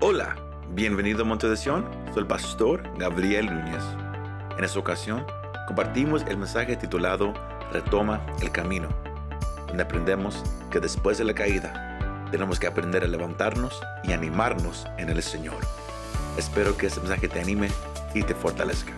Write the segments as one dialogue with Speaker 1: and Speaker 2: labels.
Speaker 1: Hola, bienvenido a Monte de Sion. Soy el pastor Gabriel Núñez. En esta ocasión compartimos el mensaje titulado Retoma el camino, donde aprendemos que después de la caída tenemos que aprender a levantarnos y animarnos en el Señor. Espero que este mensaje te anime y te fortalezca.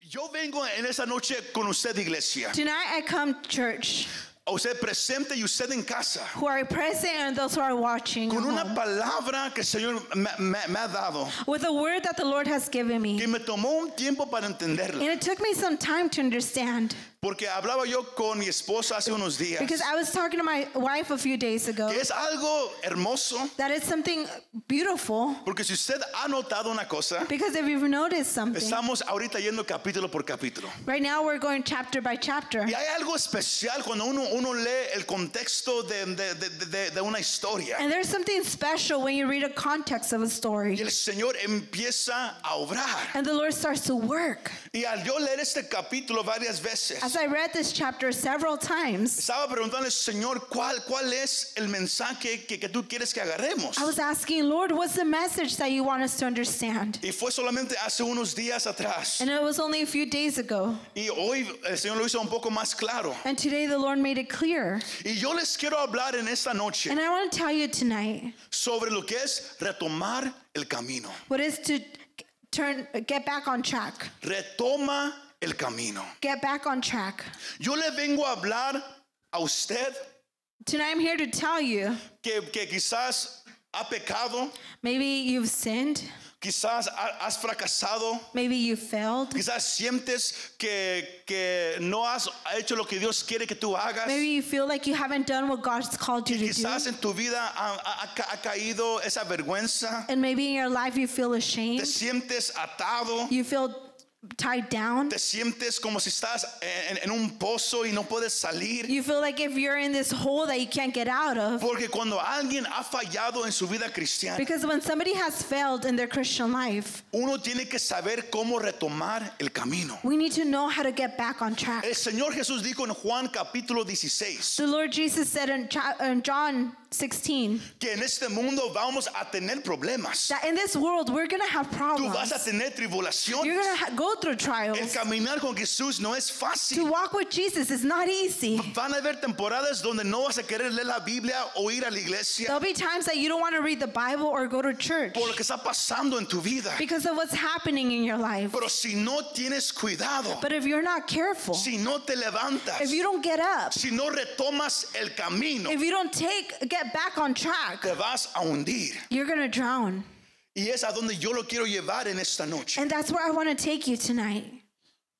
Speaker 2: Yo vengo en esa noche con usted, iglesia.
Speaker 3: Tonight I come to church
Speaker 2: A usted presente y usted en casa.
Speaker 3: who are present and those who are watching
Speaker 2: Con
Speaker 3: at
Speaker 2: una
Speaker 3: home,
Speaker 2: palabra que el Señor me, me- me ha dado.
Speaker 3: Uh-huh. with a word that the Lord has given me.
Speaker 2: Que me tomó un tiempo para
Speaker 3: And
Speaker 2: entenderla.
Speaker 3: it took me some time to understand
Speaker 2: Porque hablaba yo con mi esposa hace unos días.
Speaker 3: because
Speaker 2: Que
Speaker 3: I was talking to my wife a few days ago
Speaker 2: es algo hermoso.
Speaker 3: that it's something beautiful
Speaker 2: Porque si usted ha notado una cosa,
Speaker 3: because if you've noticed something,
Speaker 2: estamos ahorita yendo capítulo por capítulo.
Speaker 3: right now we're going chapter by chapter.
Speaker 2: Y hay algo especial cuando uno, uno lee el contexto de, de- de- de- de una historia.
Speaker 3: And there's something special when you read a context of a story
Speaker 2: Y el Señor empieza a obrar.
Speaker 3: and the Lord starts to work.
Speaker 2: Y al yo leer este capítulo varias veces,
Speaker 3: As I read this chapter several times,
Speaker 2: Estaba preguntándole, Señor, ¿cuál, cuál es el mensaje que, que tú quieres que agarremos?
Speaker 3: I was asking, Lord, what's the message that you want us to understand?
Speaker 2: Y fue solamente hace unos días atrás.
Speaker 3: And it was only a few days ago.
Speaker 2: Y hoy el Señor lo hizo un poco más claro.
Speaker 3: And today the Lord made it clear.
Speaker 2: Y yo les quiero hablar en esta noche
Speaker 3: And I want to tell you tonight
Speaker 2: sobre lo que es retomar el camino.
Speaker 3: what is to turn get back on track.
Speaker 2: Retoma el camino.
Speaker 3: Get back on track.
Speaker 2: Yo le vengo a hablar a usted
Speaker 3: Tonight I'm here to tell you,
Speaker 2: que, que quizás ha pecado,
Speaker 3: maybe you've sinned,
Speaker 2: quizás ha- has fracasado.
Speaker 3: maybe you failed,
Speaker 2: Quizás sientes que, que no has hecho lo que Dios quiere que tú hagas.
Speaker 3: maybe you feel like you haven't done what God's called you to
Speaker 2: Quizás
Speaker 3: do.
Speaker 2: en tu vida ha, ha- ha ca- ha caído esa vergüenza,
Speaker 3: And maybe in your life you feel
Speaker 2: te
Speaker 3: ashamed.
Speaker 2: sientes atado,
Speaker 3: You feel tied down.
Speaker 2: te sientes como si estás en, en un pozo y no puedes salir.
Speaker 3: You feel like if you're in this hole that you can't get out of.
Speaker 2: Porque cuando alguien ha fallado en su vida cristiana,
Speaker 3: Because when somebody has failed in their Christian life,
Speaker 2: uno tiene que saber cómo retomar el camino.
Speaker 3: we need to know how to get back on track.
Speaker 2: El Señor Jesús dijo en Juan capítulo 16
Speaker 3: The Lord Jesus said in, Cha- in John 16
Speaker 2: que en este mundo vamos a tener problemas.
Speaker 3: that in this world we're going to have
Speaker 2: Tú vas a
Speaker 3: problems.
Speaker 2: tener
Speaker 3: You're
Speaker 2: tribulaciones.
Speaker 3: going to ha- go through
Speaker 2: El
Speaker 3: trials.
Speaker 2: caminar con Jesús no es fácil.
Speaker 3: To walk with Jesus is not easy.
Speaker 2: Van a haber temporadas donde no vas a querer leer la Biblia o ir a la iglesia.
Speaker 3: There'll be times that you don't want to read the Bible or go to church
Speaker 2: por lo que está pasando en tu vida.
Speaker 3: because of what's happening in your life.
Speaker 2: Pero si no tienes cuidado,
Speaker 3: But if you're not careful,
Speaker 2: si no te levantas,
Speaker 3: if you don't get up,
Speaker 2: si no retomas el camino,
Speaker 3: if you don't take get back on track,
Speaker 2: te vas a hundir.
Speaker 3: you're going to drown.
Speaker 2: Y es a donde yo lo quiero llevar en esta noche.
Speaker 3: And that's where I want to take you tonight.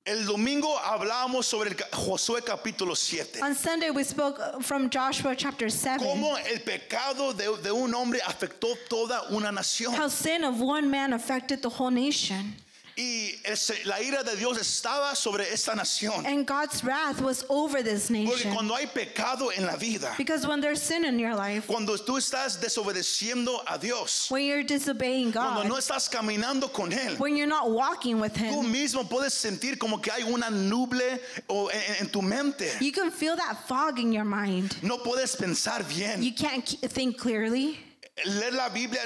Speaker 2: El domingo hablamos sobre el ca- Josué capítulo 7.
Speaker 3: On Sunday we spoke uh, from Joshua chapter 7
Speaker 2: Cómo el pecado de, de un hombre afectó toda una nación.
Speaker 3: how sin of one man affected the whole nation.
Speaker 2: Y el se- la ira de Dios estaba sobre esta nación.
Speaker 3: And God's wrath was over this
Speaker 2: Porque
Speaker 3: nation.
Speaker 2: cuando hay pecado en la vida,
Speaker 3: Because when there's sin in your life,
Speaker 2: cuando tú estás desobedeciendo a Dios,
Speaker 3: when you're disobeying
Speaker 2: Cuando no
Speaker 3: God,
Speaker 2: estás caminando con Él,
Speaker 3: when you're not walking with
Speaker 2: tú
Speaker 3: Him,
Speaker 2: mismo puedes sentir como que hay una nuble o en, en- en tu mente.
Speaker 3: you can feel that fog in your mind.
Speaker 2: No puedes pensar bien.
Speaker 3: You can't ke- think clearly.
Speaker 2: Leer la Biblia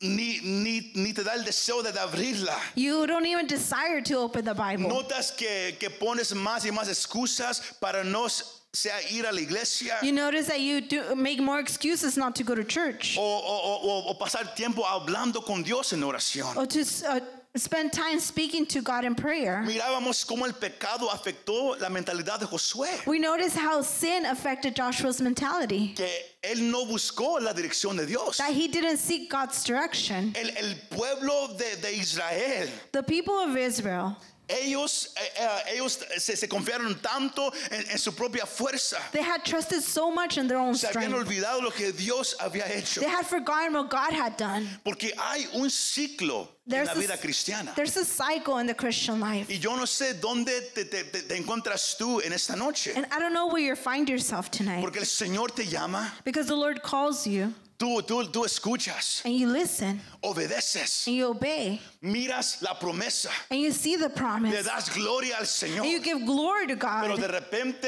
Speaker 2: ni, ni, ni te da el deseo de abrirla.
Speaker 3: You don't even desire to open the Bible.
Speaker 2: Notas que, que pones más y más excusas para no s- sea ir a la iglesia
Speaker 3: You notice that you do make more excuses not to go to church
Speaker 2: o, o- o- o pasar tiempo hablando con Dios en oración.
Speaker 3: or to s- uh, spend time speaking to God in prayer.
Speaker 2: Mirábamos cómo el pecado afectó la mentalidad de Josué,
Speaker 3: We notice how sin affected Joshua's mentality,
Speaker 2: que él no buscó la dirección de Dios.
Speaker 3: that he didn't seek God's direction.
Speaker 2: El, el pueblo de, de Israel,
Speaker 3: The people of Israel,
Speaker 2: ellos, eh, eh, ellos se, se confiaron tanto en, en su propia fuerza.
Speaker 3: they had trusted so much in their own
Speaker 2: Se habían
Speaker 3: strength.
Speaker 2: olvidado lo que Dios había hecho.
Speaker 3: They had forgotten what God had done.
Speaker 2: Porque hay un ciclo en
Speaker 3: There's
Speaker 2: la
Speaker 3: a-
Speaker 2: vida cristiana.
Speaker 3: There's a cycle in the Christian life.
Speaker 2: Y yo no sé dónde te, te- te- te encuentras tú en esta noche.
Speaker 3: And I don't know where you find yourself tonight
Speaker 2: Porque el Señor te llama,
Speaker 3: because the Lord calls you
Speaker 2: tú, tú, tú escuchas,
Speaker 3: and you listen
Speaker 2: obedeces,
Speaker 3: and you obey
Speaker 2: miras la promesa,
Speaker 3: and you see the
Speaker 2: le
Speaker 3: promise
Speaker 2: das gloria al Señor.
Speaker 3: and you give glory to
Speaker 2: Pero de
Speaker 3: God.
Speaker 2: repente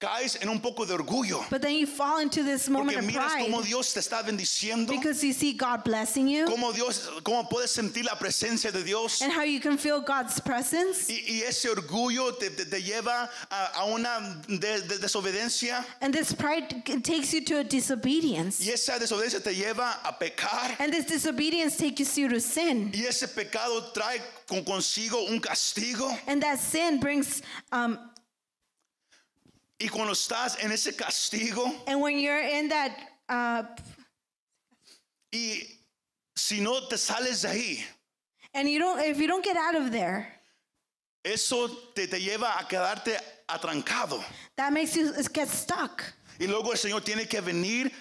Speaker 2: caes en un poco de orgullo.
Speaker 3: But then you fall into this moment
Speaker 2: Porque
Speaker 3: of
Speaker 2: miras cómo
Speaker 3: pride
Speaker 2: Dios te está bendiciendo,
Speaker 3: because you see God blessing you
Speaker 2: cómo Dios, cómo puedes sentir la presencia de Dios.
Speaker 3: and how you can feel God's presence.
Speaker 2: Y, y ese orgullo te, te- te lleva a, a una de- de- desobediencia.
Speaker 3: And this pride g- takes you to a disobedience.
Speaker 2: Y esa desobediencia te lleva a pecar.
Speaker 3: And this disobedience takes you to sin.
Speaker 2: Y ese pecado trae con consigo un castigo.
Speaker 3: And that sin brings, um,
Speaker 2: Y cuando estás en ese castigo
Speaker 3: and when you're in that, uh,
Speaker 2: y si no te sales de ahí,
Speaker 3: and you don't, if you don't get out of there,
Speaker 2: eso te, te lleva a quedarte atrancado.
Speaker 3: that makes you s- get stuck.
Speaker 2: Y luego el Señor tiene que venir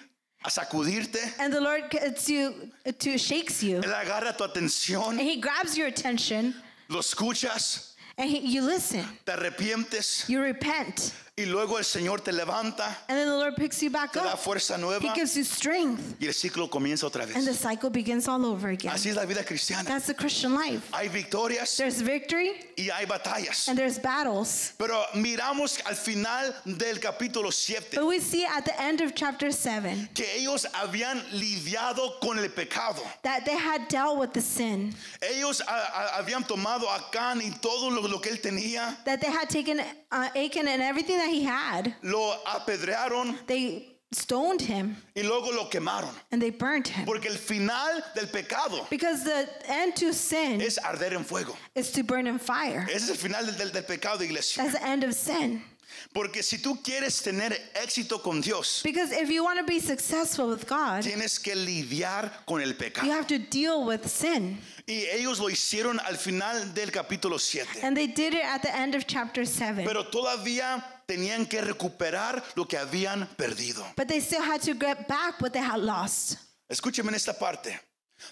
Speaker 2: a sacudirte.
Speaker 3: And the Lord gets you to shakes you,
Speaker 2: Él agarra tu
Speaker 3: and
Speaker 2: atención,
Speaker 3: He grabs your attention,
Speaker 2: lo escuchas,
Speaker 3: and he, you listen,
Speaker 2: te arrepientes
Speaker 3: you repent,
Speaker 2: y luego el Señor te levanta,
Speaker 3: and then the Lord picks you back
Speaker 2: te da
Speaker 3: up.
Speaker 2: fuerza
Speaker 3: He
Speaker 2: nueva
Speaker 3: gives you strength,
Speaker 2: y el ciclo comienza otra
Speaker 3: and the
Speaker 2: vez.
Speaker 3: cycle begins all over again.
Speaker 2: Así es la vida cristiana.
Speaker 3: That's the Christian life.
Speaker 2: Hay victorias
Speaker 3: There's victory
Speaker 2: y hay batallas.
Speaker 3: and there's battles.
Speaker 2: Pero miramos al final del capítulo 7
Speaker 3: But we see at the end of chapter 7
Speaker 2: que ellos habían lidiado con el pecado.
Speaker 3: that they had dealt with the sin,
Speaker 2: Ellos a- a- habían tomado a Can y todo lo, lo que él tenía,
Speaker 3: that they had taken uh, Achan and everything that he had,
Speaker 2: lo apedrearon
Speaker 3: they stoned him
Speaker 2: y luego lo quemaron.
Speaker 3: and they burned him.
Speaker 2: Porque el final del pecado
Speaker 3: Because the end to sin
Speaker 2: es arder en fuego.
Speaker 3: is to burn in fire.
Speaker 2: Ese es el final del- del, del pecado, iglesia.
Speaker 3: That's the end of sin.
Speaker 2: Porque si tú quieres tener éxito con Dios,
Speaker 3: Because if you want to be successful with God,
Speaker 2: tienes que lidiar con el
Speaker 3: you
Speaker 2: pecado.
Speaker 3: have to deal with sin.
Speaker 2: Y ellos lo hicieron al final del capítulo 7.
Speaker 3: And they did it at the end of chapter 7.
Speaker 2: pero todavía tenían que recuperar lo que habían perdido.
Speaker 3: But they still had to get back what they had lost.
Speaker 2: Escúcheme en esta parte.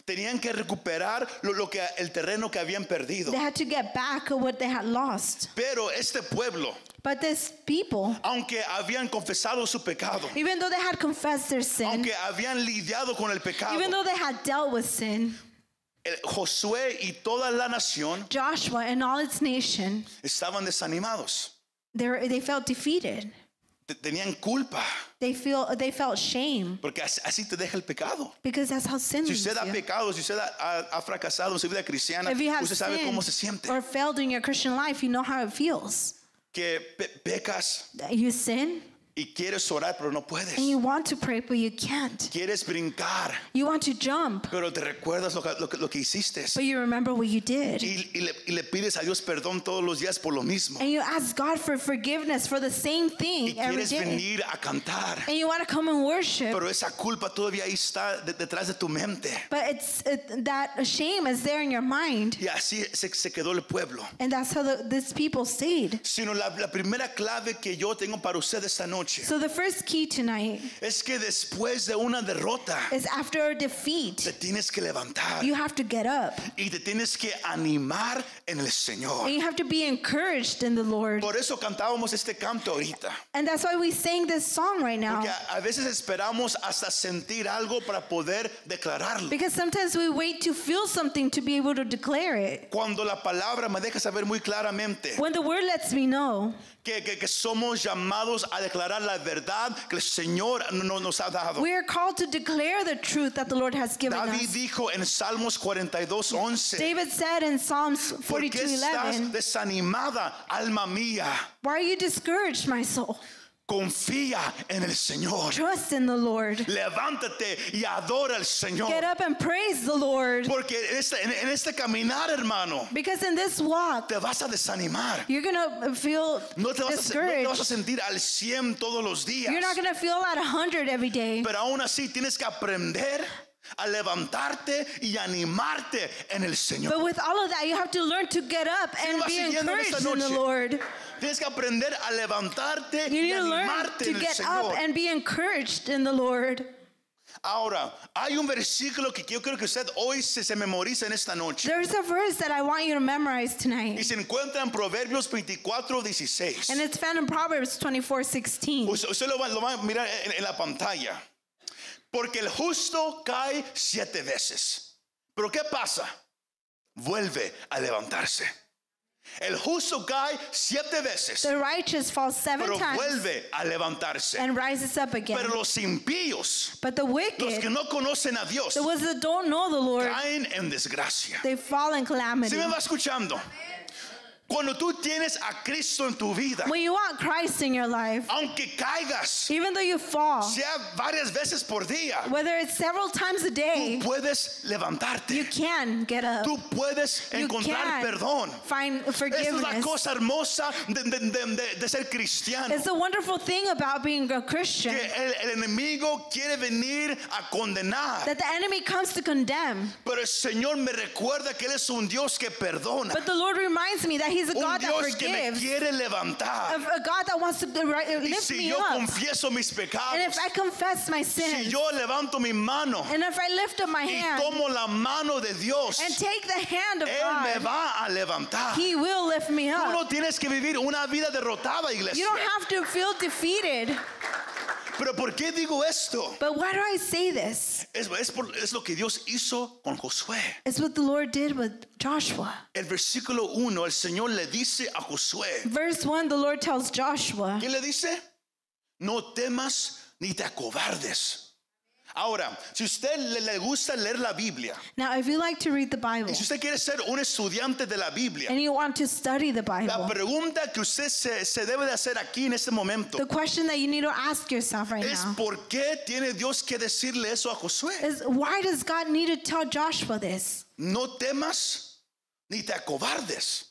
Speaker 2: Tenían que recuperar lo, lo que el terreno que habían perdido.
Speaker 3: They had to get back what they had lost.
Speaker 2: Pero este pueblo,
Speaker 3: But these people,
Speaker 2: aunque habían confesado su pecado,
Speaker 3: even though they had confessed their sin,
Speaker 2: aunque habían lidiado con el pecado,
Speaker 3: even though they had dealt with sin,
Speaker 2: el- Josué y toda la nación
Speaker 3: Joshua and all its nation,
Speaker 2: estaban desanimados.
Speaker 3: they were- they felt defeated.
Speaker 2: Te- Tenían culpa,
Speaker 3: They feel they felt shame
Speaker 2: porque as- así te deja el pecado.
Speaker 3: because that's how sin
Speaker 2: Si
Speaker 3: leads
Speaker 2: usted ha
Speaker 3: you.
Speaker 2: pecado, si usted ha, ha- ha fracasado en su vida cristiana,
Speaker 3: If you have
Speaker 2: usted sabe cómo se
Speaker 3: sinned
Speaker 2: siente.
Speaker 3: or failed in your Christian life, you know how it feels.
Speaker 2: Que pe- pecas,
Speaker 3: That You sin
Speaker 2: y quieres orar pero no puedes.
Speaker 3: and you want to pray, but you can't.
Speaker 2: Quieres brincar
Speaker 3: You want to jump,
Speaker 2: pero te recuerdas lo que, lo que- lo que hiciste
Speaker 3: but you remember what you did.
Speaker 2: y, y le, y le pides a Dios perdón todos los días por lo mismo.
Speaker 3: And you ask God for forgiveness for the same
Speaker 2: Y
Speaker 3: thing every
Speaker 2: quieres
Speaker 3: day.
Speaker 2: venir a cantar
Speaker 3: And you want to come and worship,
Speaker 2: pero esa culpa todavía ahí está de- detrás de tu mente.
Speaker 3: but it's it, that shame is there in your mind.
Speaker 2: Y así se, se quedó el pueblo.
Speaker 3: And that's how the, these people stayed.
Speaker 2: Sino la, la primera clave que yo tengo para usted esta noche
Speaker 3: So the first key tonight
Speaker 2: es que después de una derrota
Speaker 3: is after a
Speaker 2: te
Speaker 3: defeat,
Speaker 2: tienes que levantar
Speaker 3: you have to get up
Speaker 2: y te tienes que animar en el
Speaker 3: and
Speaker 2: Señor.
Speaker 3: you have to be encouraged in the Lord.
Speaker 2: Por eso cantábamos este canto ahorita.
Speaker 3: And that's why we sang this song right now.
Speaker 2: Porque a, a veces esperamos hasta sentir algo para poder declararlo.
Speaker 3: Because sometimes we wait to feel something to be able to declare it.
Speaker 2: Cuando la palabra me deja saber muy claramente
Speaker 3: When the word lets me know
Speaker 2: que, que- que somos llamados a declarar la verdad que el Señor no- no- nos ha dado.
Speaker 3: We are called to declare the truth that the Lord has given
Speaker 2: David
Speaker 3: us.
Speaker 2: dijo en Salmos 42, 11,
Speaker 3: David said in Psalms
Speaker 2: ¿por qué estás
Speaker 3: 42:11,
Speaker 2: desanimada, alma mía?
Speaker 3: "Why are you discouraged, my soul?
Speaker 2: Confía en el Señor.
Speaker 3: Trust in the Lord.
Speaker 2: Levántate y adora al
Speaker 3: Get
Speaker 2: Señor.
Speaker 3: up and praise the Lord."
Speaker 2: Porque en este- en- en este caminar, hermano,
Speaker 3: Because in this walk,
Speaker 2: te vas a desanimar.
Speaker 3: you're going to feel
Speaker 2: No te, vas a, no te vas a
Speaker 3: discouraged.
Speaker 2: sentir al 100 todos los días.
Speaker 3: You're not going to feel at 100 every day.
Speaker 2: Pero aún así tienes que aprender a levantarte y animarte en el Señor.
Speaker 3: But with all of that, you have to learn to get up and
Speaker 2: vas
Speaker 3: be
Speaker 2: siguiendo en esta
Speaker 3: encouraged in the
Speaker 2: noche.
Speaker 3: Lord.
Speaker 2: Tienes que aprender a levantarte y
Speaker 3: You need to learn
Speaker 2: animarte
Speaker 3: to
Speaker 2: en el
Speaker 3: get up
Speaker 2: Señor.
Speaker 3: and be encouraged in the Lord.
Speaker 2: Ahora, hay un versículo que yo creo que usted hoy se, se memoriza en esta noche.
Speaker 3: There's a verse that I want you to memorize tonight.
Speaker 2: Y se encuentra en Proverbios
Speaker 3: And
Speaker 2: 24:16.
Speaker 3: it's found in Proverbs 24 16.
Speaker 2: Usted, Pues usted lo, va, lo va a mirar en, en la pantalla. Porque el justo cae siete veces. Pero ¿qué pasa? Vuelve a levantarse. El justo cae siete veces,
Speaker 3: The righteous falls seven
Speaker 2: pero
Speaker 3: times
Speaker 2: vuelve a levantarse.
Speaker 3: and rises up again.
Speaker 2: Pero los impíos,
Speaker 3: But the
Speaker 2: los que
Speaker 3: wicked,
Speaker 2: no conocen a Dios,
Speaker 3: the ones that don't know the Lord,
Speaker 2: caen en desgracia.
Speaker 3: they fall in
Speaker 2: Si
Speaker 3: calamity.
Speaker 2: me va escuchando? Cuando tú tienes a Cristo en tu vida,
Speaker 3: When you want Christ in your life,
Speaker 2: aunque caigas,
Speaker 3: even though you fall,
Speaker 2: sea varias veces por día,
Speaker 3: whether it's several times a
Speaker 2: tú
Speaker 3: day,
Speaker 2: puedes
Speaker 3: you
Speaker 2: levantarte.
Speaker 3: can get up.
Speaker 2: Tú puedes
Speaker 3: You
Speaker 2: encontrar
Speaker 3: can
Speaker 2: perdón.
Speaker 3: find
Speaker 2: Esa es la
Speaker 3: forgiveness.
Speaker 2: cosa hermosa de, de- de- de- de ser cristiano.
Speaker 3: It's the wonderful thing about being a Christian
Speaker 2: Que el, el enemigo quiere venir a condenar.
Speaker 3: that the enemy comes to condemn.
Speaker 2: Pero el Señor me recuerda que Él es un Dios que perdona.
Speaker 3: But the Lord reminds me that He's a
Speaker 2: Un
Speaker 3: God that
Speaker 2: Dios que me
Speaker 3: forgives,
Speaker 2: quiere levantar.
Speaker 3: of a God that wants to ri-
Speaker 2: Y
Speaker 3: lift
Speaker 2: si
Speaker 3: me
Speaker 2: yo
Speaker 3: up.
Speaker 2: confieso mis
Speaker 3: And
Speaker 2: pecados,
Speaker 3: if I confess my
Speaker 2: si
Speaker 3: sins,
Speaker 2: yo levanto mi mano
Speaker 3: and if I lift up my
Speaker 2: y
Speaker 3: hand
Speaker 2: tomo la mano de Dios,
Speaker 3: and take the hand of
Speaker 2: Él me
Speaker 3: God,
Speaker 2: va a levantar.
Speaker 3: He will lift me
Speaker 2: Tú
Speaker 3: up.
Speaker 2: no tienes que vivir una vida derrotada,
Speaker 3: You
Speaker 2: iglesia.
Speaker 3: don't have to feel defeated.
Speaker 2: Pero ¿por qué digo esto?
Speaker 3: But why do I say this?
Speaker 2: Es, es por- es lo que Dios hizo con Josué.
Speaker 3: It's what the Lord did with Joshua.
Speaker 2: El versículo 1, el Señor le dice a Josué,
Speaker 3: Verse 1, the Lord tells Joshua,
Speaker 2: ¿qué le dice? No temas ni te acobardes. Ahora, si usted le, le gusta leer la Biblia,
Speaker 3: Now, if you like to read the Bible
Speaker 2: y si usted quiere ser un estudiante de la Biblia,
Speaker 3: and you want to study the
Speaker 2: la
Speaker 3: Bible,
Speaker 2: pregunta que usted se, se debe de hacer aquí en este momento
Speaker 3: the question that you need to ask yourself right
Speaker 2: es
Speaker 3: now
Speaker 2: ¿por qué tiene Dios que decirle eso a Josué?
Speaker 3: is why does God need to tell Joshua this?
Speaker 2: No temas ni te acobardes.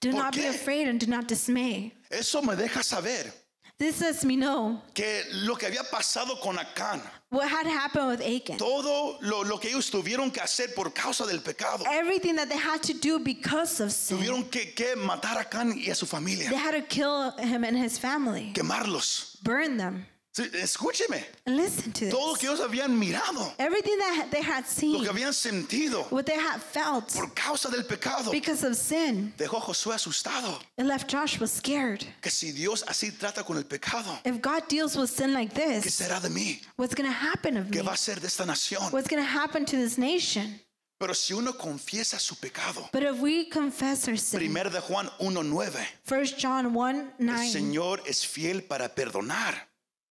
Speaker 3: Do
Speaker 2: ¿Por
Speaker 3: not be
Speaker 2: qué?
Speaker 3: afraid and do not dismay.
Speaker 2: Eso me deja saber
Speaker 3: This lets me know
Speaker 2: que lo que había pasado con Acán,
Speaker 3: what had happened with Achan.
Speaker 2: todo lo, lo que ellos tuvieron que hacer por causa del pecado,
Speaker 3: Everything that they had to do because of sin,
Speaker 2: tuvieron que, que matar a Acán y a su
Speaker 3: they
Speaker 2: familia,
Speaker 3: had to kill him and his family,
Speaker 2: quemarlos.
Speaker 3: burn them.
Speaker 2: Sí, Escúcheme,
Speaker 3: And listen to
Speaker 2: todo lo
Speaker 3: this.
Speaker 2: que ellos habían mirado,
Speaker 3: Everything that they had
Speaker 2: lo
Speaker 3: seen,
Speaker 2: que habían sentido
Speaker 3: what they had felt
Speaker 2: por causa del pecado,
Speaker 3: because of sin,
Speaker 2: dejó a Josué asustado.
Speaker 3: it left Joshua scared.
Speaker 2: Que si Dios así trata con el pecado,
Speaker 3: If God deals with sin like
Speaker 2: ¿qué
Speaker 3: this,
Speaker 2: será de mí?
Speaker 3: what's going to happen of
Speaker 2: ¿Qué
Speaker 3: me?
Speaker 2: va a ser de esta nación?
Speaker 3: What's going to happen to this nation?
Speaker 2: Pero si uno confiesa su pecado,
Speaker 3: But if we confess our sin,
Speaker 2: primer de Juan 1.9,
Speaker 3: 1 John 1
Speaker 2: el
Speaker 3: 9,
Speaker 2: Señor es fiel para perdonar.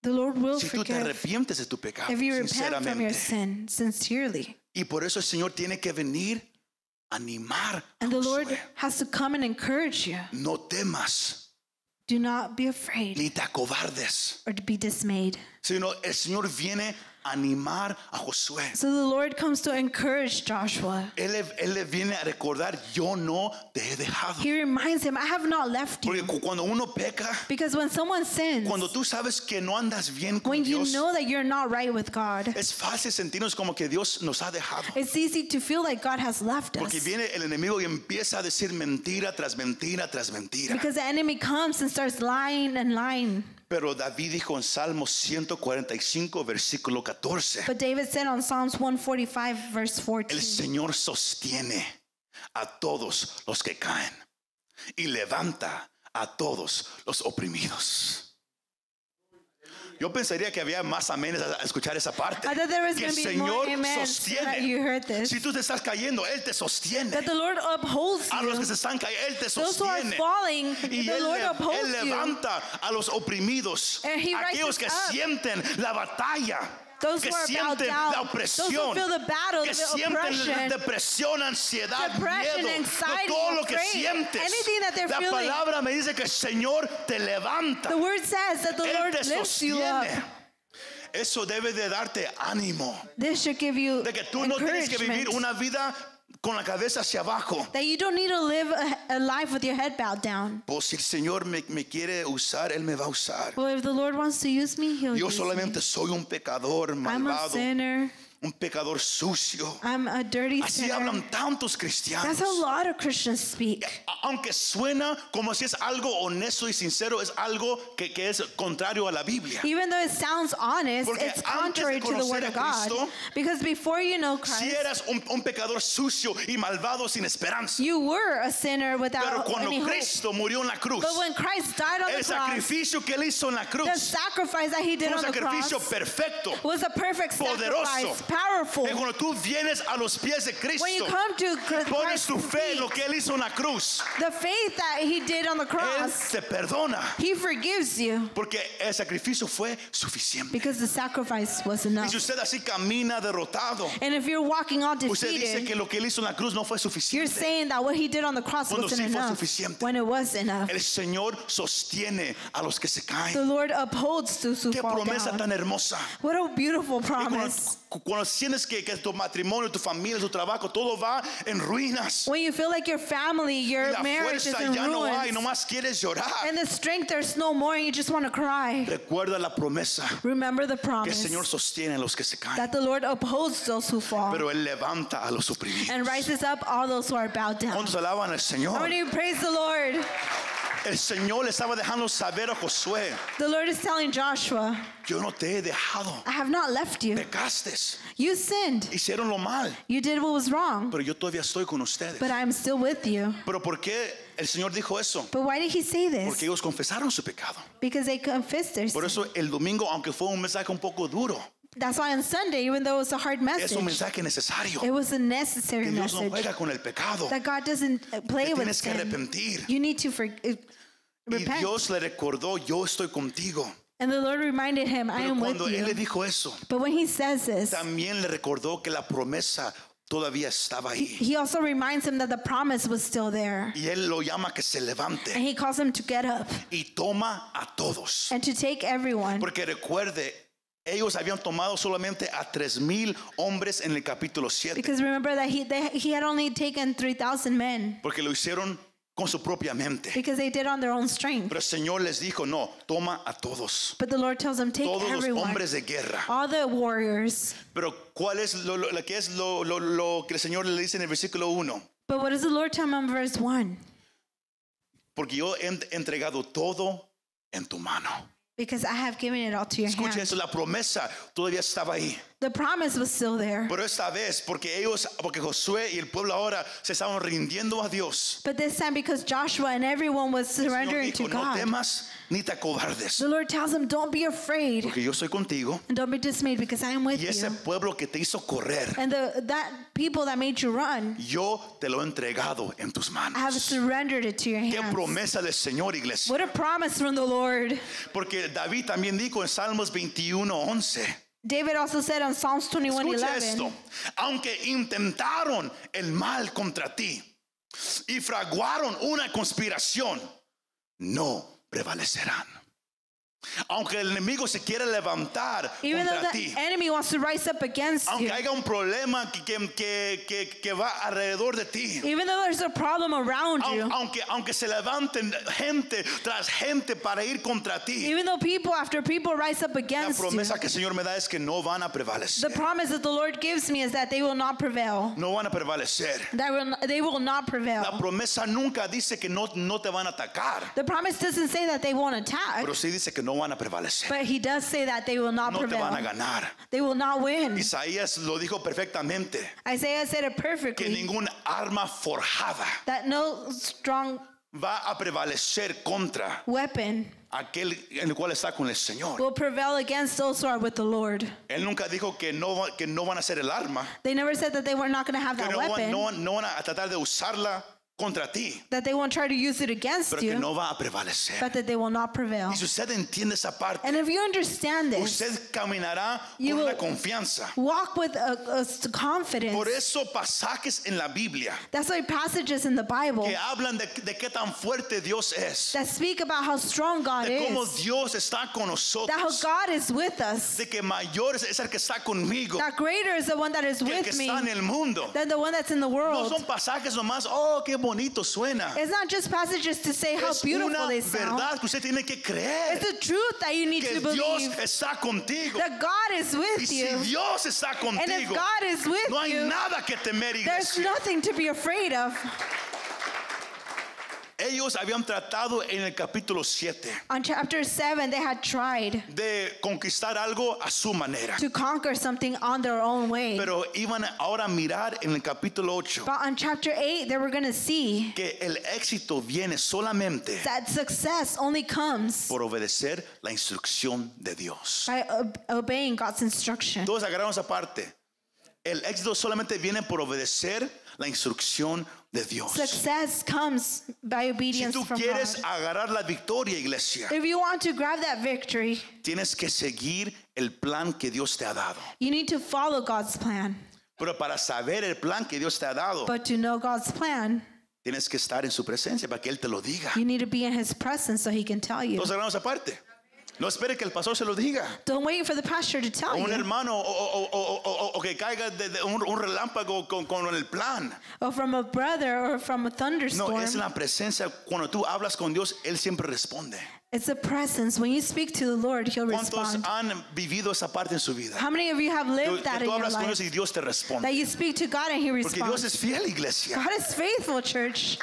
Speaker 3: the Lord will
Speaker 2: Si tú te
Speaker 3: forgive
Speaker 2: arrepientes de tu pecado,
Speaker 3: if you repent from your
Speaker 2: sinceramente.
Speaker 3: sin sincerely.
Speaker 2: Y por eso el Señor tiene que venir a animar a
Speaker 3: And the Lord
Speaker 2: Josué.
Speaker 3: has to come and encourage you.
Speaker 2: No temas,
Speaker 3: Do not be afraid
Speaker 2: ni te acobardes.
Speaker 3: or to be dismayed.
Speaker 2: Sino el Señor viene a animar a Josué.
Speaker 3: So the Lord comes to encourage Joshua.
Speaker 2: Él, le- él le viene a recordar, yo no te he dejado.
Speaker 3: He reminds him, I have not left you.
Speaker 2: Porque cu- cuando uno peca,
Speaker 3: Because when someone sins,
Speaker 2: cuando tú sabes que no andas bien con
Speaker 3: when you
Speaker 2: Dios,
Speaker 3: know that you're not right with God,
Speaker 2: es fácil sentirnos como que Dios nos ha dejado.
Speaker 3: it's easy to feel like God has left
Speaker 2: Porque
Speaker 3: us.
Speaker 2: viene el enemigo y empieza a decir mentira tras mentira tras mentira.
Speaker 3: Because the enemy comes and starts lying and lying.
Speaker 2: Pero David dijo en Salmo 145, versículo 14,
Speaker 3: But David said on Psalms 145, verse
Speaker 2: el
Speaker 3: 14,
Speaker 2: Señor sostiene a todos los que caen y levanta a todos los oprimidos. Yo pensaría que había más amenes a a escuchar esa parte.
Speaker 3: I thought there was
Speaker 2: Que el Señor
Speaker 3: going to be more amens that you
Speaker 2: sostiene.
Speaker 3: heard this.
Speaker 2: Si tú te estás cayendo, Él te
Speaker 3: That
Speaker 2: sostiene.
Speaker 3: the Lord upholds
Speaker 2: A los que
Speaker 3: you.
Speaker 2: se están cayendo, Él te
Speaker 3: Those who are
Speaker 2: sostiene.
Speaker 3: falling,
Speaker 2: Y
Speaker 3: the
Speaker 2: él,
Speaker 3: Lord
Speaker 2: le-
Speaker 3: upholds
Speaker 2: Él
Speaker 3: you.
Speaker 2: levanta a los oprimidos,
Speaker 3: And he
Speaker 2: aquellos
Speaker 3: rises
Speaker 2: que
Speaker 3: up.
Speaker 2: sienten la batalla.
Speaker 3: Those
Speaker 2: que
Speaker 3: who are bowed
Speaker 2: sienten la
Speaker 3: down, those who
Speaker 2: opresión,
Speaker 3: feel the battle,
Speaker 2: que
Speaker 3: the
Speaker 2: sienten la
Speaker 3: oppression,
Speaker 2: depresión, ansiedad,
Speaker 3: depression,
Speaker 2: miedo,
Speaker 3: anxiety,
Speaker 2: no todo lo que
Speaker 3: afraid,
Speaker 2: sientes.
Speaker 3: anything that they're
Speaker 2: la
Speaker 3: feeling.
Speaker 2: palabra me dice que el Señor te levanta,
Speaker 3: The word says that the
Speaker 2: Él
Speaker 3: Lord
Speaker 2: te
Speaker 3: lifts you up.
Speaker 2: sostiene. Eso debe de darte ánimo,
Speaker 3: This should give you
Speaker 2: de que tú no tienes que vivir
Speaker 3: encouragement.
Speaker 2: una vida con la cabeza hacia abajo.
Speaker 3: That you don't need to live a, a life with your head bowed down.
Speaker 2: Pues si el Señor me, me quiere usar, Él me va a usar.
Speaker 3: Well, if the Lord wants to use me, He'll
Speaker 2: Yo
Speaker 3: use me.
Speaker 2: solamente soy un pecador
Speaker 3: I'm a
Speaker 2: malvado,
Speaker 3: sinner.
Speaker 2: un pecador sucio.
Speaker 3: I'm a dirty
Speaker 2: Así
Speaker 3: sinner.
Speaker 2: hablan tantos
Speaker 3: That's
Speaker 2: cristianos.
Speaker 3: how a lot of Christians speak.
Speaker 2: A- Aunque suena como si es algo honesto y sincero, es algo que, que es contrario a la Biblia.
Speaker 3: Even though it sounds honest,
Speaker 2: Porque
Speaker 3: it's
Speaker 2: antes de
Speaker 3: contrary to the
Speaker 2: conocer
Speaker 3: Word
Speaker 2: a
Speaker 3: of God.
Speaker 2: Cristo,
Speaker 3: Because before you know
Speaker 2: Si
Speaker 3: Christ,
Speaker 2: eras un, un pecador sucio y malvado sin esperanza,
Speaker 3: you were a sinner
Speaker 2: pero
Speaker 3: without any
Speaker 2: cuando
Speaker 3: hope.
Speaker 2: Cristo murió en la cruz,
Speaker 3: But when Christ died on the
Speaker 2: el
Speaker 3: cross,
Speaker 2: sacrificio que él hizo en la
Speaker 3: the
Speaker 2: cruz
Speaker 3: sacrifice that
Speaker 2: fue
Speaker 3: he did
Speaker 2: un
Speaker 3: on the
Speaker 2: sacrificio
Speaker 3: cross
Speaker 2: perfecto,
Speaker 3: was a perfect
Speaker 2: poderoso,
Speaker 3: sacrifice, powerful.
Speaker 2: Que cuando tú vienes a los pies de
Speaker 3: When
Speaker 2: Cristo,
Speaker 3: you come to Cr-
Speaker 2: pones
Speaker 3: Christ's
Speaker 2: tu fe en lo
Speaker 3: feet,
Speaker 2: que Él hizo en la cruz,
Speaker 3: the faith that he did on the
Speaker 2: Él
Speaker 3: cross,
Speaker 2: te perdona.
Speaker 3: he forgives you
Speaker 2: Porque el sacrificio fue suficiente.
Speaker 3: because the sacrifice was
Speaker 2: Y
Speaker 3: enough.
Speaker 2: si usted así camina derrotado,
Speaker 3: And if you're walking all
Speaker 2: usted dice
Speaker 3: defeated,
Speaker 2: que lo que él hizo en la cruz no fue
Speaker 3: eh, you're
Speaker 2: suficiente.
Speaker 3: saying that what he did on the cross
Speaker 2: Cuando
Speaker 3: wasn't
Speaker 2: sí fue
Speaker 3: enough
Speaker 2: suficiente.
Speaker 3: when it was enough.
Speaker 2: El Señor sostiene a los que se
Speaker 3: The
Speaker 2: caen.
Speaker 3: Lord upholds those who
Speaker 2: Qué
Speaker 3: fall
Speaker 2: promesa
Speaker 3: down.
Speaker 2: tan hermosa.
Speaker 3: What a beautiful
Speaker 2: Y Cuando,
Speaker 3: promise.
Speaker 2: cu- cuando sientes que, que tu matrimonio, tu familia, tu trabajo, todo va en ruinas.
Speaker 3: When you feel like your family,
Speaker 2: Y
Speaker 3: your
Speaker 2: la
Speaker 3: marriage is
Speaker 2: fuerza
Speaker 3: in
Speaker 2: ya no hay,
Speaker 3: ruins,
Speaker 2: nomás quieres llorar.
Speaker 3: and the strength there's no more, and you just want to cry.
Speaker 2: Recuerda la promesa
Speaker 3: Remember the
Speaker 2: que el Señor
Speaker 3: promise
Speaker 2: sostiene a los que se caen,
Speaker 3: that the Lord upholds those who fall
Speaker 2: pero Él levanta a los
Speaker 3: and
Speaker 2: oprimidos.
Speaker 3: rises up all those who are bowed down.
Speaker 2: ¿Cuántos alaban al
Speaker 3: How
Speaker 2: Señor?
Speaker 3: many of you praise the Lord?
Speaker 2: El Señor le estaba dejando saber a Josué,
Speaker 3: The Lord is telling Joshua,
Speaker 2: yo no te he dejado,
Speaker 3: I have not left you.
Speaker 2: pecaste,
Speaker 3: You sinned.
Speaker 2: hicieron lo mal,
Speaker 3: You did what was wrong,
Speaker 2: pero yo todavía estoy con ustedes.
Speaker 3: but I'm still with you.
Speaker 2: Pero ¿por qué el Señor dijo eso?
Speaker 3: But why did he say
Speaker 2: Porque
Speaker 3: this?
Speaker 2: ellos confesaron su pecado.
Speaker 3: Because they confessed their
Speaker 2: Por
Speaker 3: sin.
Speaker 2: eso el domingo, aunque fue un mensaje un poco duro,
Speaker 3: That's why on Sunday, even though it was a hard
Speaker 2: es un
Speaker 3: message,
Speaker 2: mensaje necesario.
Speaker 3: it was a
Speaker 2: Que
Speaker 3: necessary
Speaker 2: Dios no
Speaker 3: message
Speaker 2: juega con el pecado.
Speaker 3: that God doesn't uh, play
Speaker 2: Te
Speaker 3: with
Speaker 2: tienes que
Speaker 3: sin.
Speaker 2: arrepentir.
Speaker 3: You need to for, uh,
Speaker 2: Y
Speaker 3: repent.
Speaker 2: Dios le recordó, yo estoy contigo.
Speaker 3: and the Lord reminded him, I
Speaker 2: Pero
Speaker 3: am with
Speaker 2: cuando Él le
Speaker 3: you.
Speaker 2: dijo eso,
Speaker 3: But when he says this,
Speaker 2: también le recordó que la promesa todavía estaba ahí.
Speaker 3: he also reminds him that the promise was still there.
Speaker 2: Y Él lo llama que se levante.
Speaker 3: And he calls him to get up
Speaker 2: y toma a todos.
Speaker 3: and to take everyone.
Speaker 2: Porque recuerde, ellos habían tomado solamente a tres mil hombres en el capítulo 7,
Speaker 3: Because remember that he, they, he had only taken 3,000 men
Speaker 2: porque lo hicieron con su propia mente.
Speaker 3: because they did on their own strength.
Speaker 2: Pero el Señor les dijo, no, toma a todos,
Speaker 3: But the Lord tells him, take
Speaker 2: todos los
Speaker 3: everyone,
Speaker 2: hombres de guerra.
Speaker 3: all the warriors.
Speaker 2: Pero ¿cuál es lo, lo- lo que es lo, lo- lo que el Señor le dice en el versículo 1?
Speaker 3: But what does the Lord tell him in verse 1?
Speaker 2: Porque yo he en- entregado todo en tu mano.
Speaker 3: Because I have given it all to your
Speaker 2: Escuchen
Speaker 3: hand.
Speaker 2: eso, la promesa todavía estaba ahí.
Speaker 3: The promise was still there.
Speaker 2: Pero esta vez, porque ellos, porque Josué y el pueblo ahora se estaban rindiendo a Dios.
Speaker 3: But this time, because Joshua and everyone was
Speaker 2: Señor
Speaker 3: surrendering
Speaker 2: dijo,
Speaker 3: to
Speaker 2: no
Speaker 3: God,
Speaker 2: temas ni te acobardes,
Speaker 3: the Lord tells him, Don't be afraid
Speaker 2: porque yo soy contigo
Speaker 3: and don't be dismayed because I am with
Speaker 2: y ese
Speaker 3: you.
Speaker 2: pueblo que te hizo correr,
Speaker 3: And the, that people that made you run,
Speaker 2: yo te lo he entregado en tus
Speaker 3: I have
Speaker 2: manos.
Speaker 3: surrendered it to your
Speaker 2: Qué
Speaker 3: hands.
Speaker 2: promesa del Señor, iglesia.
Speaker 3: What a promise from the Lord.
Speaker 2: Porque David también dijo en Salmos 21:11.
Speaker 3: David also said on Psalms 21
Speaker 2: Escucha esto.
Speaker 3: 11,
Speaker 2: Aunque intentaron el mal contra ti y fraguaron una conspiración, no prevalecerán. Aunque el enemigo se quiera levantar
Speaker 3: even though
Speaker 2: contra
Speaker 3: the
Speaker 2: ti,
Speaker 3: enemy wants to rise up against you,
Speaker 2: Aunque haya un problema que, que, que, que- que va alrededor de ti.
Speaker 3: even though there's a problem around
Speaker 2: Au-
Speaker 3: you,
Speaker 2: Aunque, aunque se levanten gente tras gente para ir contra ti.
Speaker 3: even though people after people rise up
Speaker 2: La
Speaker 3: against you,
Speaker 2: promesa que el Señor me da es que no van a
Speaker 3: the
Speaker 2: prevalecer.
Speaker 3: promise that the Lord gives me is that they will not prevail.
Speaker 2: No van a prevalecer.
Speaker 3: That will, they will not
Speaker 2: La
Speaker 3: prevail.
Speaker 2: promesa nunca dice que no, no te van a atacar,
Speaker 3: The promise doesn't say that they won't attack,
Speaker 2: pero sí dice que no van a prevalecer.
Speaker 3: but he does say that they will not
Speaker 2: No te van a Mm.
Speaker 3: prevail.
Speaker 2: ganar.
Speaker 3: They will not win.
Speaker 2: Isaías lo dijo perfectamente,
Speaker 3: Isaiah said it
Speaker 2: que
Speaker 3: perfectly
Speaker 2: ningún arma forjada
Speaker 3: that no strong
Speaker 2: va a prevalecer contra
Speaker 3: weapon
Speaker 2: aquel en el cual está con el Señor.
Speaker 3: will prevail against those who are with the Lord.
Speaker 2: Él nunca dijo que no, va- que no van a ser el arma,
Speaker 3: They never said that they were not going to have
Speaker 2: que
Speaker 3: that
Speaker 2: no, van-
Speaker 3: weapon,
Speaker 2: no van- no van a tratar de usarla contra ti,
Speaker 3: that they won't try to use it against
Speaker 2: pero que
Speaker 3: you,
Speaker 2: no va a prevalecer.
Speaker 3: but that they will not prevail.
Speaker 2: Y si usted entiende esa parte,
Speaker 3: And if you understand this,
Speaker 2: usted caminará
Speaker 3: You
Speaker 2: con una
Speaker 3: will-
Speaker 2: confianza.
Speaker 3: walk with a, a
Speaker 2: Por
Speaker 3: confidence.
Speaker 2: eso pasajes en la Biblia
Speaker 3: That's why passages in the Bible
Speaker 2: que hablan de, de qué tan fuerte Dios es,
Speaker 3: that speak about how strong God
Speaker 2: de cómo
Speaker 3: is,
Speaker 2: Dios está con
Speaker 3: that how
Speaker 2: nosotros,
Speaker 3: God is with us,
Speaker 2: de que mayor es el que está conmigo
Speaker 3: that greater is the one that is
Speaker 2: que el que
Speaker 3: with me
Speaker 2: está en el mundo.
Speaker 3: than the one that's in the
Speaker 2: No
Speaker 3: world.
Speaker 2: son pasajes nomás, oh, qué bonito suena.
Speaker 3: It's not just passages to say how
Speaker 2: Es
Speaker 3: beautiful
Speaker 2: una
Speaker 3: they sound.
Speaker 2: verdad que usted tiene que creer.
Speaker 3: It's the truth that you need
Speaker 2: que
Speaker 3: to
Speaker 2: Dios
Speaker 3: believe
Speaker 2: está contigo.
Speaker 3: that God is
Speaker 2: Y
Speaker 3: with
Speaker 2: si
Speaker 3: you.
Speaker 2: Dios está
Speaker 3: And if
Speaker 2: contigo,
Speaker 3: God is
Speaker 2: no
Speaker 3: with
Speaker 2: hay
Speaker 3: you,
Speaker 2: nada que temer.
Speaker 3: there's
Speaker 2: iglesia.
Speaker 3: nothing to be afraid of.
Speaker 2: Ellos habían tratado en el capítulo 7
Speaker 3: On chapter 7, they had tried
Speaker 2: de conquistar algo a su manera,
Speaker 3: to conquer something on their own way.
Speaker 2: pero iban ahora a mirar en el capítulo 8
Speaker 3: But on chapter 8, they were going to see
Speaker 2: que el éxito viene solamente
Speaker 3: that success only comes
Speaker 2: por obedecer la instrucción de Dios.
Speaker 3: by ob- obeying God's instruction.
Speaker 2: Todos agarraron esa parte. El éxito solamente viene por obedecer la instrucción de Dios.
Speaker 3: Success comes by
Speaker 2: Si
Speaker 3: obedience
Speaker 2: tú
Speaker 3: from
Speaker 2: quieres
Speaker 3: God.
Speaker 2: agarrar la victoria, iglesia,
Speaker 3: If you want to grab that victory,
Speaker 2: tienes que seguir el plan que Dios te ha dado.
Speaker 3: you need to follow God's plan.
Speaker 2: Pero para saber el plan que Dios te ha dado,
Speaker 3: But to know God's plan,
Speaker 2: tienes que estar en su presencia para que Él te lo diga.
Speaker 3: you need to be in His presence so He can tell you.
Speaker 2: Entonces, hermanos, aparte, no espere que el pastor se lo diga.
Speaker 3: Don't wait for the pastor to tell
Speaker 2: O un
Speaker 3: you,
Speaker 2: hermano, o, o- o- o- o- o que caiga de, de un, un relámpago con, con el plan.
Speaker 3: or from a brother, or from a
Speaker 2: No,
Speaker 3: thunderstorm.
Speaker 2: es la presencia. Cuando tú hablas con Dios, Él siempre responde.
Speaker 3: It's a presence. When you speak to the Lord, He'll
Speaker 2: ¿Cuántos
Speaker 3: respond.
Speaker 2: han vivido esa parte en su vida?
Speaker 3: How many of you have
Speaker 2: Tú, que
Speaker 3: lived that in
Speaker 2: tú
Speaker 3: your
Speaker 2: hablas con Dios y
Speaker 3: life?
Speaker 2: Dios te responde.
Speaker 3: That you speak to God and He
Speaker 2: Porque Dios
Speaker 3: responds.
Speaker 2: es fiel, iglesia.
Speaker 3: God is faithful, church.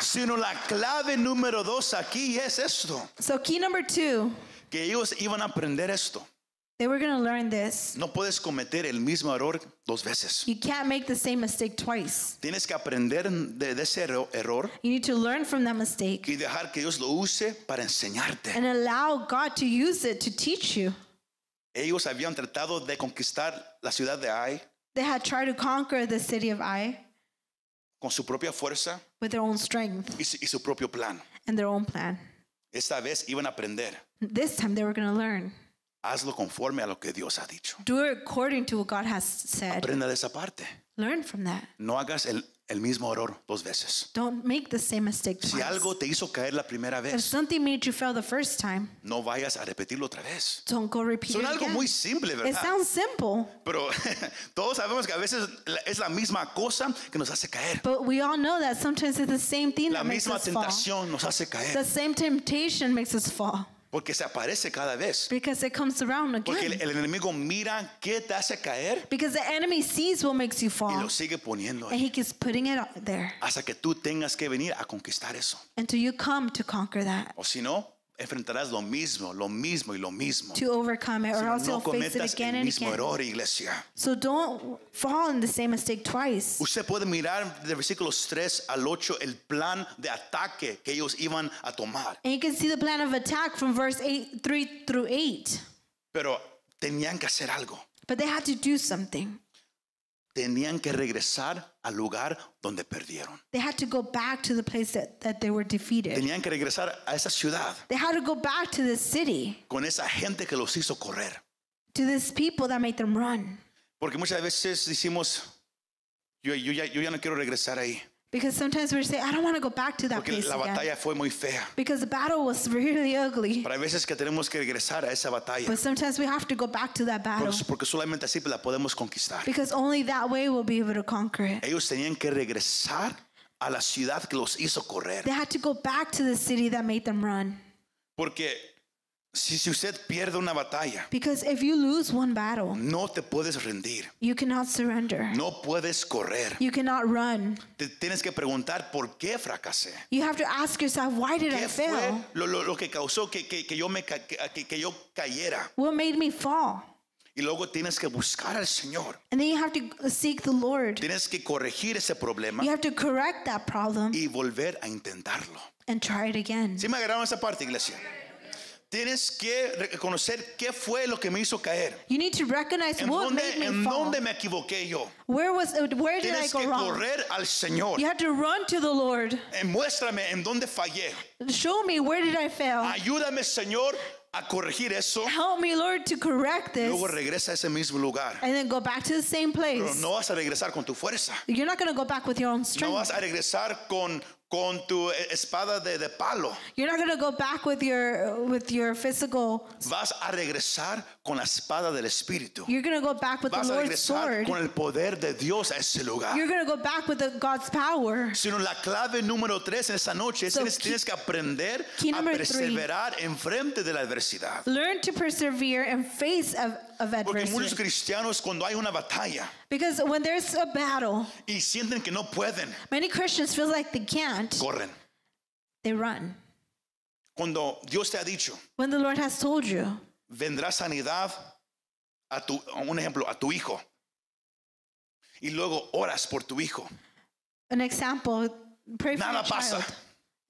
Speaker 2: Sino la clave número dos aquí es esto.
Speaker 3: So, key number two,
Speaker 2: Que ellos iban a aprender esto.
Speaker 3: they were going to learn this.
Speaker 2: No puedes cometer el mismo error dos veces.
Speaker 3: You can't make the same mistake twice.
Speaker 2: Tienes que aprender de, de ese erro- error
Speaker 3: You need to learn from that mistake
Speaker 2: y dejar que Dios lo use para enseñarte.
Speaker 3: and allow God to use it to teach you.
Speaker 2: Ellos habían tratado de conquistar la ciudad de Ai
Speaker 3: They had tried to conquer the city of Ai
Speaker 2: con su propia fuerza
Speaker 3: with their own strength
Speaker 2: y su, y su propio plan.
Speaker 3: and their own plan.
Speaker 2: Esta vez iban a aprender.
Speaker 3: This time they were going to learn.
Speaker 2: Hazlo conforme a lo que Dios ha dicho.
Speaker 3: Do it according to what God has said.
Speaker 2: Aprenda de esa parte.
Speaker 3: Learn from that.
Speaker 2: No hagas el, el mismo error dos veces.
Speaker 3: Don't make the same mistake
Speaker 2: Si
Speaker 3: twice.
Speaker 2: algo te hizo caer la primera
Speaker 3: If
Speaker 2: vez,
Speaker 3: something made you fail the first time,
Speaker 2: no vayas a repetirlo otra vez.
Speaker 3: don't go repeat
Speaker 2: Son
Speaker 3: it
Speaker 2: algo
Speaker 3: again.
Speaker 2: muy simple,
Speaker 3: It
Speaker 2: ¿verdad?
Speaker 3: sounds simple,
Speaker 2: Pero todos sabemos que a veces la- es la misma cosa que nos hace caer.
Speaker 3: but we all know that sometimes it's the same thing
Speaker 2: La
Speaker 3: that makes
Speaker 2: misma
Speaker 3: us fall.
Speaker 2: tentación nos hace
Speaker 3: The
Speaker 2: caer.
Speaker 3: same temptation makes us fall
Speaker 2: Porque se aparece cada vez.
Speaker 3: because it comes around
Speaker 2: Porque el,
Speaker 3: again.
Speaker 2: el enemigo mira qué te hace caer
Speaker 3: Because the enemy sees what makes you
Speaker 2: y
Speaker 3: fall
Speaker 2: lo sigue poniendo
Speaker 3: and
Speaker 2: ahí.
Speaker 3: he keeps putting it out there
Speaker 2: Hasta que tú tengas que venir a conquistar eso.
Speaker 3: until you come to conquer that,
Speaker 2: O si no, enfrentarás lo mismo, lo mismo y lo mismo.
Speaker 3: to overcome it, or
Speaker 2: Pero
Speaker 3: else
Speaker 2: no
Speaker 3: you'll face it
Speaker 2: cometas
Speaker 3: again
Speaker 2: el
Speaker 3: and
Speaker 2: mismo
Speaker 3: again.
Speaker 2: error, iglesia.
Speaker 3: So don't fall in the same mistake twice.
Speaker 2: Usted puede mirar de versículos 3 al 8 el plan de ataque que ellos iban a tomar.
Speaker 3: And you can see the plan of attack from verse 8, 3 through 8.
Speaker 2: Pero tenían que hacer algo.
Speaker 3: But they had to do something.
Speaker 2: Tenían que regresar al lugar donde perdieron.
Speaker 3: They had to go back to the place that, that they were defeated.
Speaker 2: Tenían que regresar a esa ciudad
Speaker 3: They had to go back to this city,
Speaker 2: con esa gente que los hizo correr.
Speaker 3: to this people that made them run.
Speaker 2: Porque muchas veces decimos, yo, yo ya, yo ya no quiero regresar ahí.
Speaker 3: Because sometimes we say, I don't want to go back to that
Speaker 2: Porque
Speaker 3: place
Speaker 2: la
Speaker 3: again.
Speaker 2: batalla fue muy fea.
Speaker 3: Because the battle was really ugly.
Speaker 2: Pero hay veces que tenemos que regresar a esa batalla.
Speaker 3: But sometimes we have to go back to that battle.
Speaker 2: Porque, porque solamente así la podemos conquistar.
Speaker 3: Because only that way we'll be able to conquer it.
Speaker 2: Ellos tenían que regresar a la ciudad que los hizo correr.
Speaker 3: They had to go back to the city that made them run.
Speaker 2: Porque si, si usted pierde una batalla,
Speaker 3: Because if you lose one battle,
Speaker 2: no te puedes rendir.
Speaker 3: you cannot surrender.
Speaker 2: No puedes correr.
Speaker 3: You cannot run.
Speaker 2: Te tienes que preguntar por qué fracasé.
Speaker 3: You have to ask yourself, why did I
Speaker 2: ¿Qué fue
Speaker 3: fail?
Speaker 2: lo, lo- lo que causó que, que- que yo me ca- que- que yo cayera?
Speaker 3: What made me fall?
Speaker 2: Y luego tienes que buscar al Señor.
Speaker 3: And then you have to seek the Lord.
Speaker 2: Tienes que corregir ese problema
Speaker 3: You have to correct that problem
Speaker 2: y volver a intentarlo.
Speaker 3: and try it again.
Speaker 2: ¿Sí me agarraron esa parte, iglesia? Tienes que reconocer qué fue lo que me hizo caer.
Speaker 3: You need to recognize
Speaker 2: ¿En,
Speaker 3: what
Speaker 2: dónde,
Speaker 3: made me
Speaker 2: en
Speaker 3: fall.
Speaker 2: dónde me equivoqué yo?
Speaker 3: Where was where did I
Speaker 2: Tienes que
Speaker 3: go wrong?
Speaker 2: correr al Señor.
Speaker 3: You had to run to the Lord.
Speaker 2: Eh, Muéstrame en dónde fallé.
Speaker 3: Show me where did I fail.
Speaker 2: Ayúdame, Señor, a corregir eso.
Speaker 3: Help me, Lord, to correct this
Speaker 2: Luego regresa a ese mismo lugar.
Speaker 3: and then go back to the same
Speaker 2: Pero
Speaker 3: place.
Speaker 2: no vas a regresar con tu fuerza.
Speaker 3: You're not going to go back with your own
Speaker 2: No vas
Speaker 3: strength.
Speaker 2: a regresar con, con tu eh, espada de, de palo.
Speaker 3: You're not going to go back with your with your physical.
Speaker 2: Vas a regresar con la espada del Espíritu.
Speaker 3: You're going to go back with the
Speaker 2: Vas a
Speaker 3: Lord's
Speaker 2: regresar
Speaker 3: sword.
Speaker 2: con el poder de Dios a ese lugar.
Speaker 3: You're going to go back with the, God's power.
Speaker 2: Sino la clave número tres en esta noche es
Speaker 3: So
Speaker 2: tienes,
Speaker 3: key-
Speaker 2: tienes que aprender
Speaker 3: key
Speaker 2: a
Speaker 3: number three.
Speaker 2: perseverar en frente de la adversidad.
Speaker 3: Learn to persevere in face of, of
Speaker 2: Porque muchos
Speaker 3: adversity.
Speaker 2: cristianos cuando hay una batalla
Speaker 3: Because when there's a battle,
Speaker 2: y sienten que no pueden,
Speaker 3: many Christians feel like they can't.
Speaker 2: corren.
Speaker 3: They run.
Speaker 2: Cuando Dios te ha dicho,
Speaker 3: When the Lord has told you,
Speaker 2: vendrá sanidad a tu, a un ejemplo, a tu hijo. Y luego oras por tu hijo.
Speaker 3: an example, pray for
Speaker 2: Nada
Speaker 3: your child,
Speaker 2: pasa.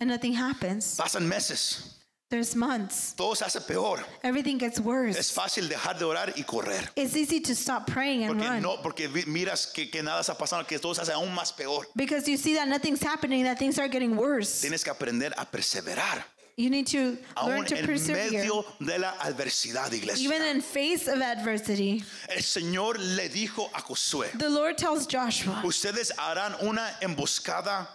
Speaker 3: and nothing happens.
Speaker 2: Pasan meses,
Speaker 3: There's months.
Speaker 2: Todo se hace peor.
Speaker 3: Everything gets
Speaker 2: Es
Speaker 3: worse.
Speaker 2: fácil dejar de orar y correr.
Speaker 3: It's easy to stop praying and
Speaker 2: Porque
Speaker 3: run
Speaker 2: no, porque vi- miras que, que nada está pasando, que todo se hace aún más peor.
Speaker 3: because you see that nothing's happening, that things are getting worse.
Speaker 2: Tienes que aprender a perseverar.
Speaker 3: You need to learn
Speaker 2: Aún
Speaker 3: to
Speaker 2: en
Speaker 3: persevere,
Speaker 2: medio de la adversidad, iglesia.
Speaker 3: even in face of adversity.
Speaker 2: El Señor le dijo a Josué,
Speaker 3: The Lord tells Joshua,
Speaker 2: ustedes harán una emboscada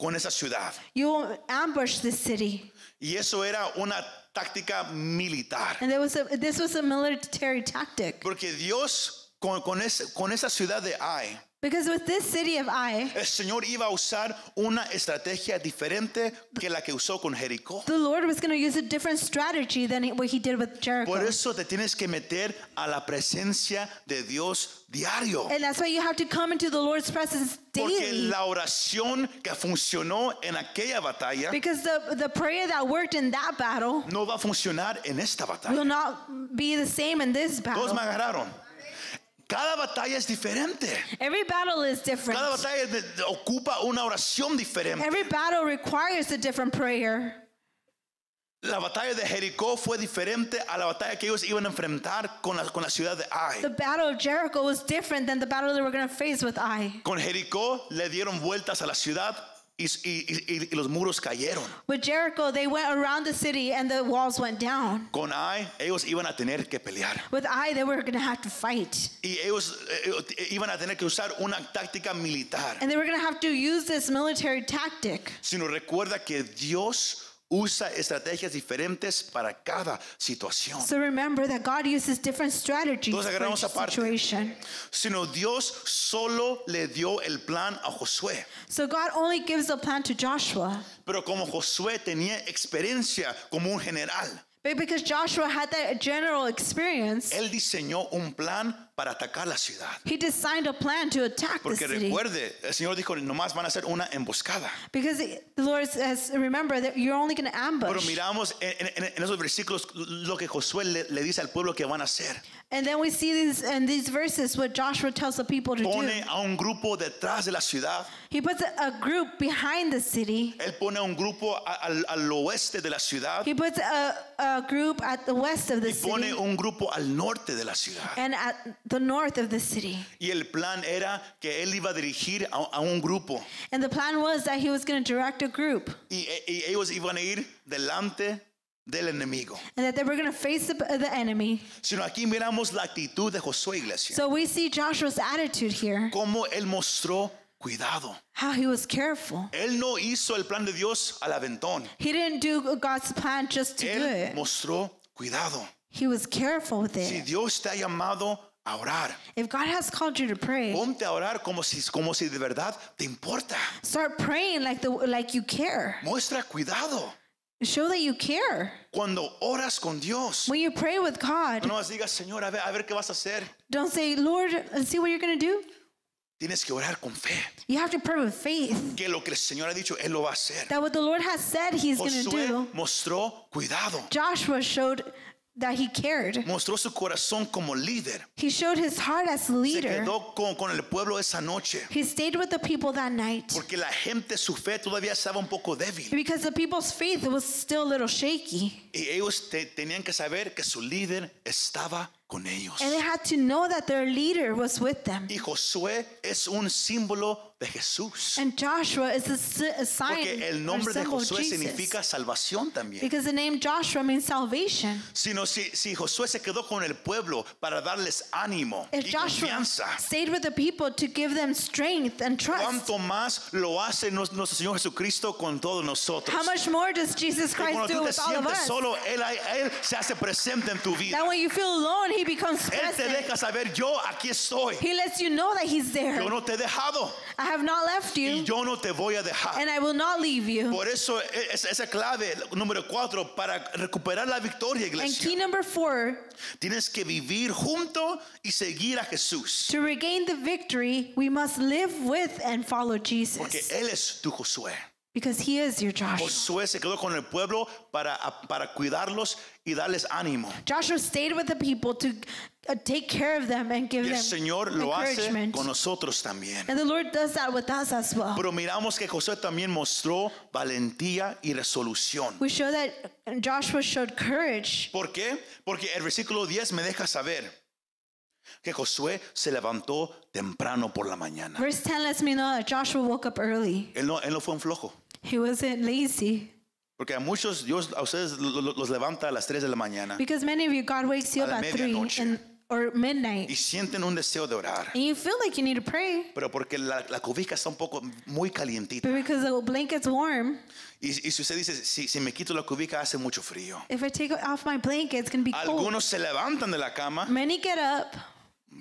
Speaker 2: con esa ciudad.
Speaker 3: You will ambush this city.
Speaker 2: Y eso era una táctica militar.
Speaker 3: And there was a, this was a military tactic.
Speaker 2: Porque Dios con, con, ese- con esa ciudad de Ai,
Speaker 3: Because with this city of Ai,
Speaker 2: el Señor iba a usar una estrategia diferente que la que usó con Jericó.
Speaker 3: the Lord was going to use a different strategy than he- what he did with
Speaker 2: Por
Speaker 3: Jericho.
Speaker 2: eso te tienes que meter a la presencia de Dios diario.
Speaker 3: And that's why you have to come into the Lord's presence
Speaker 2: Porque
Speaker 3: daily.
Speaker 2: la oración que funcionó en aquella batalla
Speaker 3: Because the, the prayer that worked in that battle
Speaker 2: no va a funcionar en esta
Speaker 3: will
Speaker 2: batalla.
Speaker 3: not be the same in this
Speaker 2: Todos
Speaker 3: battle.
Speaker 2: me agarraron. Cada batalla es diferente.
Speaker 3: Every battle is different.
Speaker 2: Cada batalla de- de- ocupa una oración diferente.
Speaker 3: Every battle requires a different prayer.
Speaker 2: La batalla de Jericó fue diferente a la batalla que ellos iban a enfrentar con la, con la ciudad de
Speaker 3: The
Speaker 2: Ai.
Speaker 3: battle of Jericho was different than the battle they were going to face with Ai.
Speaker 2: Con Jericó le dieron vueltas a la ciudad y, y- y- y los muros cayeron.
Speaker 3: With Jericho, they went around the city and the walls went down.
Speaker 2: Con Ai ellos iban a tener que pelear.
Speaker 3: With Ai, they were going to have to fight.
Speaker 2: Y ellos eh, eh, iban a tener que usar una táctica militar.
Speaker 3: And they were going to have to use this military tactic.
Speaker 2: Sino recuerda que Dios usa estrategias diferentes para cada situación.
Speaker 3: So remember that God uses different strategies
Speaker 2: Todos
Speaker 3: for
Speaker 2: agarramos
Speaker 3: each
Speaker 2: aparte.
Speaker 3: situation.
Speaker 2: Sino Dios solo le dio el plan a Josué.
Speaker 3: So God only gives a plan to Joshua.
Speaker 2: Pero como Josué tenía experiencia como un general,
Speaker 3: But because Joshua had that general experience,
Speaker 2: él diseñó un plan para atacar la ciudad.
Speaker 3: he designed a plan to attack the
Speaker 2: Porque
Speaker 3: city.
Speaker 2: recuerde, el Señor dijo, nomás van a hacer una emboscada.
Speaker 3: Because the Lord says, remember that you're only going to
Speaker 2: Pero
Speaker 3: ambush.
Speaker 2: miramos en, en- en esos versículos lo que Josué le, le dice al pueblo que van a hacer.
Speaker 3: And then we see these in these verses what Joshua tells the people to do.
Speaker 2: Pone a un grupo detrás de la ciudad,
Speaker 3: He puts a- a group behind the city.
Speaker 2: él pone a un grupo a- al, al oeste de la ciudad
Speaker 3: He puts a, a group at the west of the
Speaker 2: y pone
Speaker 3: city
Speaker 2: un grupo al norte de la ciudad.
Speaker 3: and at the north of the city.
Speaker 2: Y el plan era que él iba a dirigir a, a un grupo
Speaker 3: And the plan was that he was going to direct a group
Speaker 2: y, e, y ellos iban a ir delante del enemigo.
Speaker 3: and that they were going to face the, the enemy.
Speaker 2: Sino aquí miramos la actitud de Josué Iglesia,
Speaker 3: So we see Joshua's attitude here,
Speaker 2: cómo él mostró cuidado.
Speaker 3: how he was careful.
Speaker 2: Él no hizo el plan de Dios al aventón.
Speaker 3: He didn't do God's plan just to do
Speaker 2: Él
Speaker 3: it.
Speaker 2: mostró cuidado.
Speaker 3: He was careful with
Speaker 2: Si
Speaker 3: it.
Speaker 2: Dios te ha llamado a orar,
Speaker 3: If God has called you to pray,
Speaker 2: ponte a orar como si, como si de verdad te importa.
Speaker 3: start praying like the like you care.
Speaker 2: Muestra cuidado
Speaker 3: Show that you care.
Speaker 2: cuando oras con Dios.
Speaker 3: When you pray with God,
Speaker 2: No nos digas, Señor, a ver, a ver qué vas a hacer.
Speaker 3: don't say, "Lord, let's see what you're going to do."
Speaker 2: Tienes que orar con fe.
Speaker 3: You have to pray with faith.
Speaker 2: Que lo que el Señor ha dicho, Él lo va a hacer.
Speaker 3: that what the Lord has said he's going to
Speaker 2: Josué
Speaker 3: do,
Speaker 2: mostró cuidado.
Speaker 3: Joshua showed that he cared.
Speaker 2: Mostró su corazón como líder.
Speaker 3: He showed his heart as
Speaker 2: se
Speaker 3: leader.
Speaker 2: quedó con, con el pueblo esa noche
Speaker 3: He stayed with the people that night
Speaker 2: porque la gente su fe todavía estaba un poco débil
Speaker 3: because the people's faith was still a little shaky.
Speaker 2: y ellos te- tenían que saber que su líder estaba con ellos
Speaker 3: And they had to know that their leader was with them.
Speaker 2: y Josué es un símbolo de Jesús
Speaker 3: And Joshua is a, si- a sign
Speaker 2: porque el
Speaker 3: or
Speaker 2: nombre de
Speaker 3: symbol of
Speaker 2: Josué
Speaker 3: Jesus.
Speaker 2: significa salvación también
Speaker 3: Because the name Joshua means salvation.
Speaker 2: sino si, si Josué se quedó con el pueblo para darles ánimo
Speaker 3: If
Speaker 2: y
Speaker 3: Joshua
Speaker 2: confianza
Speaker 3: stayed with the people to give them strength and trust,
Speaker 2: cuánto más lo hace nos- nuestro Señor Jesucristo con todos nosotros
Speaker 3: how much more does Jesus
Speaker 2: que
Speaker 3: Christ
Speaker 2: cuando
Speaker 3: do
Speaker 2: tú te
Speaker 3: with all of
Speaker 2: sientes
Speaker 3: us?
Speaker 2: solo él, él se hace presente en tu vida
Speaker 3: That when you feel alone, he becomes
Speaker 2: Él te
Speaker 3: present.
Speaker 2: deja saber, yo aquí estoy.
Speaker 3: He lets you know that he's there.
Speaker 2: Yo no te he dejado
Speaker 3: I have not left
Speaker 2: y
Speaker 3: you,
Speaker 2: yo no te voy a dejar.
Speaker 3: and I will not leave you.
Speaker 2: Por eso e- es- esa clave número cuatro para recuperar la victoria,
Speaker 3: And
Speaker 2: iglesia.
Speaker 3: key number four
Speaker 2: Tienes que vivir junto y seguir a Jesús,
Speaker 3: to regain the victory, we must live with and follow
Speaker 2: porque
Speaker 3: Jesus
Speaker 2: él es tu Josué.
Speaker 3: because he is your Joshua.
Speaker 2: Josué se quedó con el pueblo para para cuidarlos y darles ánimo.
Speaker 3: Joshua stayed with the people to uh, take care of them and give
Speaker 2: Y el
Speaker 3: them
Speaker 2: Señor lo hace
Speaker 3: encouragement.
Speaker 2: con nosotros también.
Speaker 3: And the Lord does that with us as well.
Speaker 2: Pero miramos que Josué también mostró valentía y resolución.
Speaker 3: We show that Joshua showed courage.
Speaker 2: ¿Por qué? Porque el versículo 10 me deja saber que Josué se levantó temprano por la mañana.
Speaker 3: Verse 10 lets me know that Joshua woke up early.
Speaker 2: Él no, él no fue un flojo.
Speaker 3: He wasn't lazy.
Speaker 2: Porque a muchos, Dios a ustedes lo- lo- los levanta a las 3 de la mañana
Speaker 3: Because many of you, God wakes you
Speaker 2: A
Speaker 3: up
Speaker 2: la
Speaker 3: at 3
Speaker 2: medianoche.
Speaker 3: and, or midnight.
Speaker 2: y sienten un deseo de orar.
Speaker 3: And you feel like you need to pray.
Speaker 2: Pero porque la, la cobija está un poco muy calientita.
Speaker 3: But because the blanket's warm,
Speaker 2: Y, y si usted dice, si, si me quito la cobija hace mucho frío.
Speaker 3: if I take off my blanket, it's going to be cold.
Speaker 2: Algunos se levantan de la cama,
Speaker 3: Many get up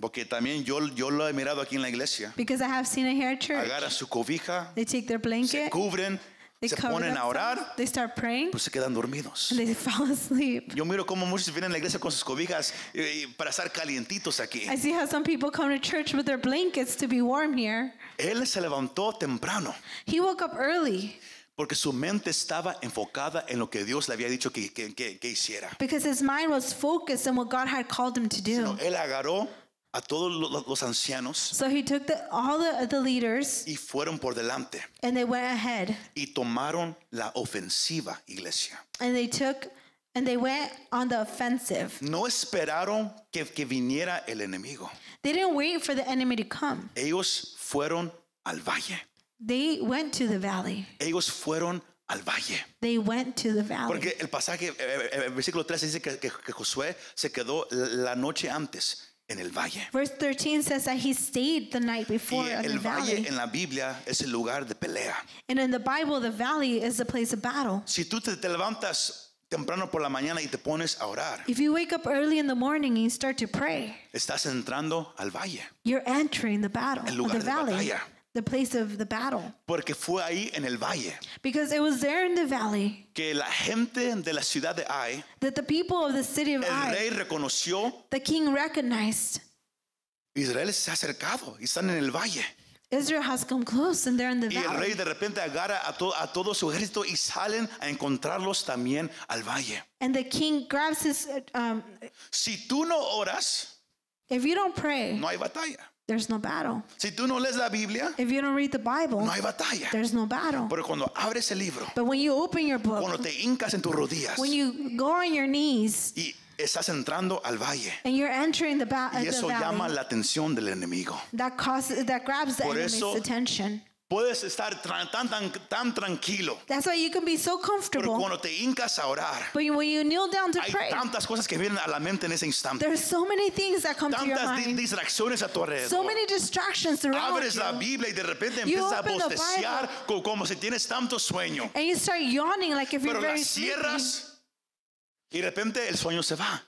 Speaker 2: porque también yo, yo lo he mirado aquí en la iglesia.
Speaker 3: because I have seen it here at church.
Speaker 2: Agarran su cobija,
Speaker 3: They take their
Speaker 2: se
Speaker 3: blanket,
Speaker 2: cubren,
Speaker 3: they
Speaker 2: se
Speaker 3: cover
Speaker 2: ponen a
Speaker 3: themselves,
Speaker 2: orar,
Speaker 3: they start praying,
Speaker 2: pero se quedan dormidos.
Speaker 3: and they fall asleep.
Speaker 2: Yo miro cómo muchos vienen a la iglesia con sus cobijas eh, para estar calientitos aquí.
Speaker 3: I see how some people come to church with their blankets to be warm here.
Speaker 2: Él se levantó temprano
Speaker 3: He woke up early
Speaker 2: porque su mente estaba enfocada en lo que Dios le había dicho que, que- que- que hiciera.
Speaker 3: because his mind was focused on what God had called him to do.
Speaker 2: Él agarró a todos lo- lo- los ancianos
Speaker 3: So he took the, all the, the leaders
Speaker 2: y fueron por delante
Speaker 3: and they went ahead
Speaker 2: y tomaron la ofensiva iglesia.
Speaker 3: and they took and they went on the offensive.
Speaker 2: No esperaron que, que viniera el enemigo.
Speaker 3: They didn't wait for the enemy to come.
Speaker 2: Ellos fueron al valle.
Speaker 3: They went to the valley.
Speaker 2: Ellos fueron al valle.
Speaker 3: They went to the valley.
Speaker 2: Porque el pasaje, eh, eh, el versículo 13 dice que, que- que Josué se quedó la noche antes en el valle.
Speaker 3: Verse 13 says that he stayed the night
Speaker 2: Y
Speaker 3: before in the
Speaker 2: el
Speaker 3: valley.
Speaker 2: valle en la Biblia es el lugar de pelea.
Speaker 3: And in the Bible, the valley is the place of battle.
Speaker 2: Si tú te, te levantas temprano por la mañana y te pones a orar,
Speaker 3: If you wake up early in the morning and you start to pray,
Speaker 2: estás entrando al valle.
Speaker 3: you're entering the battle,
Speaker 2: El lugar
Speaker 3: the
Speaker 2: de
Speaker 3: valley,
Speaker 2: batalla.
Speaker 3: the place of the battle.
Speaker 2: Porque fue ahí en el valle
Speaker 3: Because it was there in the valley
Speaker 2: que la gente de la ciudad de Ai,
Speaker 3: that the people of the city of
Speaker 2: el
Speaker 3: Ai,
Speaker 2: rey reconoció,
Speaker 3: the king recognized
Speaker 2: Israel se ha acercado y están en el valle.
Speaker 3: Israel has come close and they're in the
Speaker 2: Y el
Speaker 3: valley.
Speaker 2: rey de repente agarra a, to- a todo su ejército y salen a encontrarlos también al valle.
Speaker 3: And the king grabs his, uh, um,
Speaker 2: Si tú no oras,
Speaker 3: if you don't pray,
Speaker 2: no hay batalla.
Speaker 3: there's no battle.
Speaker 2: Si tú no lees la Biblia,
Speaker 3: If you don't read the Bible,
Speaker 2: no hay batalla.
Speaker 3: there's no battle.
Speaker 2: Pero cuando abres el libro,
Speaker 3: But when you open your
Speaker 2: cuando
Speaker 3: book,
Speaker 2: te hincas en tus rodillas
Speaker 3: when you go on your knees
Speaker 2: y estás entrando al valle,
Speaker 3: and you're entering the, ba- uh,
Speaker 2: y
Speaker 3: the
Speaker 2: eso llama
Speaker 3: valley,
Speaker 2: la atención del enemigo.
Speaker 3: that causes that grabs the
Speaker 2: Por
Speaker 3: enemy's
Speaker 2: eso-
Speaker 3: attention.
Speaker 2: Puedes estar tra- tan, tan, tan tranquilo,
Speaker 3: That's why you can be so
Speaker 2: pero
Speaker 3: comfortable.
Speaker 2: cuando te hincas a orar,
Speaker 3: But when you kneel down to
Speaker 2: hay
Speaker 3: pray,
Speaker 2: tantas cosas que vienen a la mente en ese instante,
Speaker 3: there's so many things that come to your
Speaker 2: tantas di-
Speaker 3: mind.
Speaker 2: distracciones a tu
Speaker 3: So
Speaker 2: alrededor.
Speaker 3: many distractions around
Speaker 2: Abres la
Speaker 3: you.
Speaker 2: Biblia y de repente empiezas a
Speaker 3: open the
Speaker 2: bostezar co- como si tienes tanto sueño,
Speaker 3: And you start yawning like if you're
Speaker 2: pero la
Speaker 3: very sleepy.
Speaker 2: cierras y de repente el sueño se va.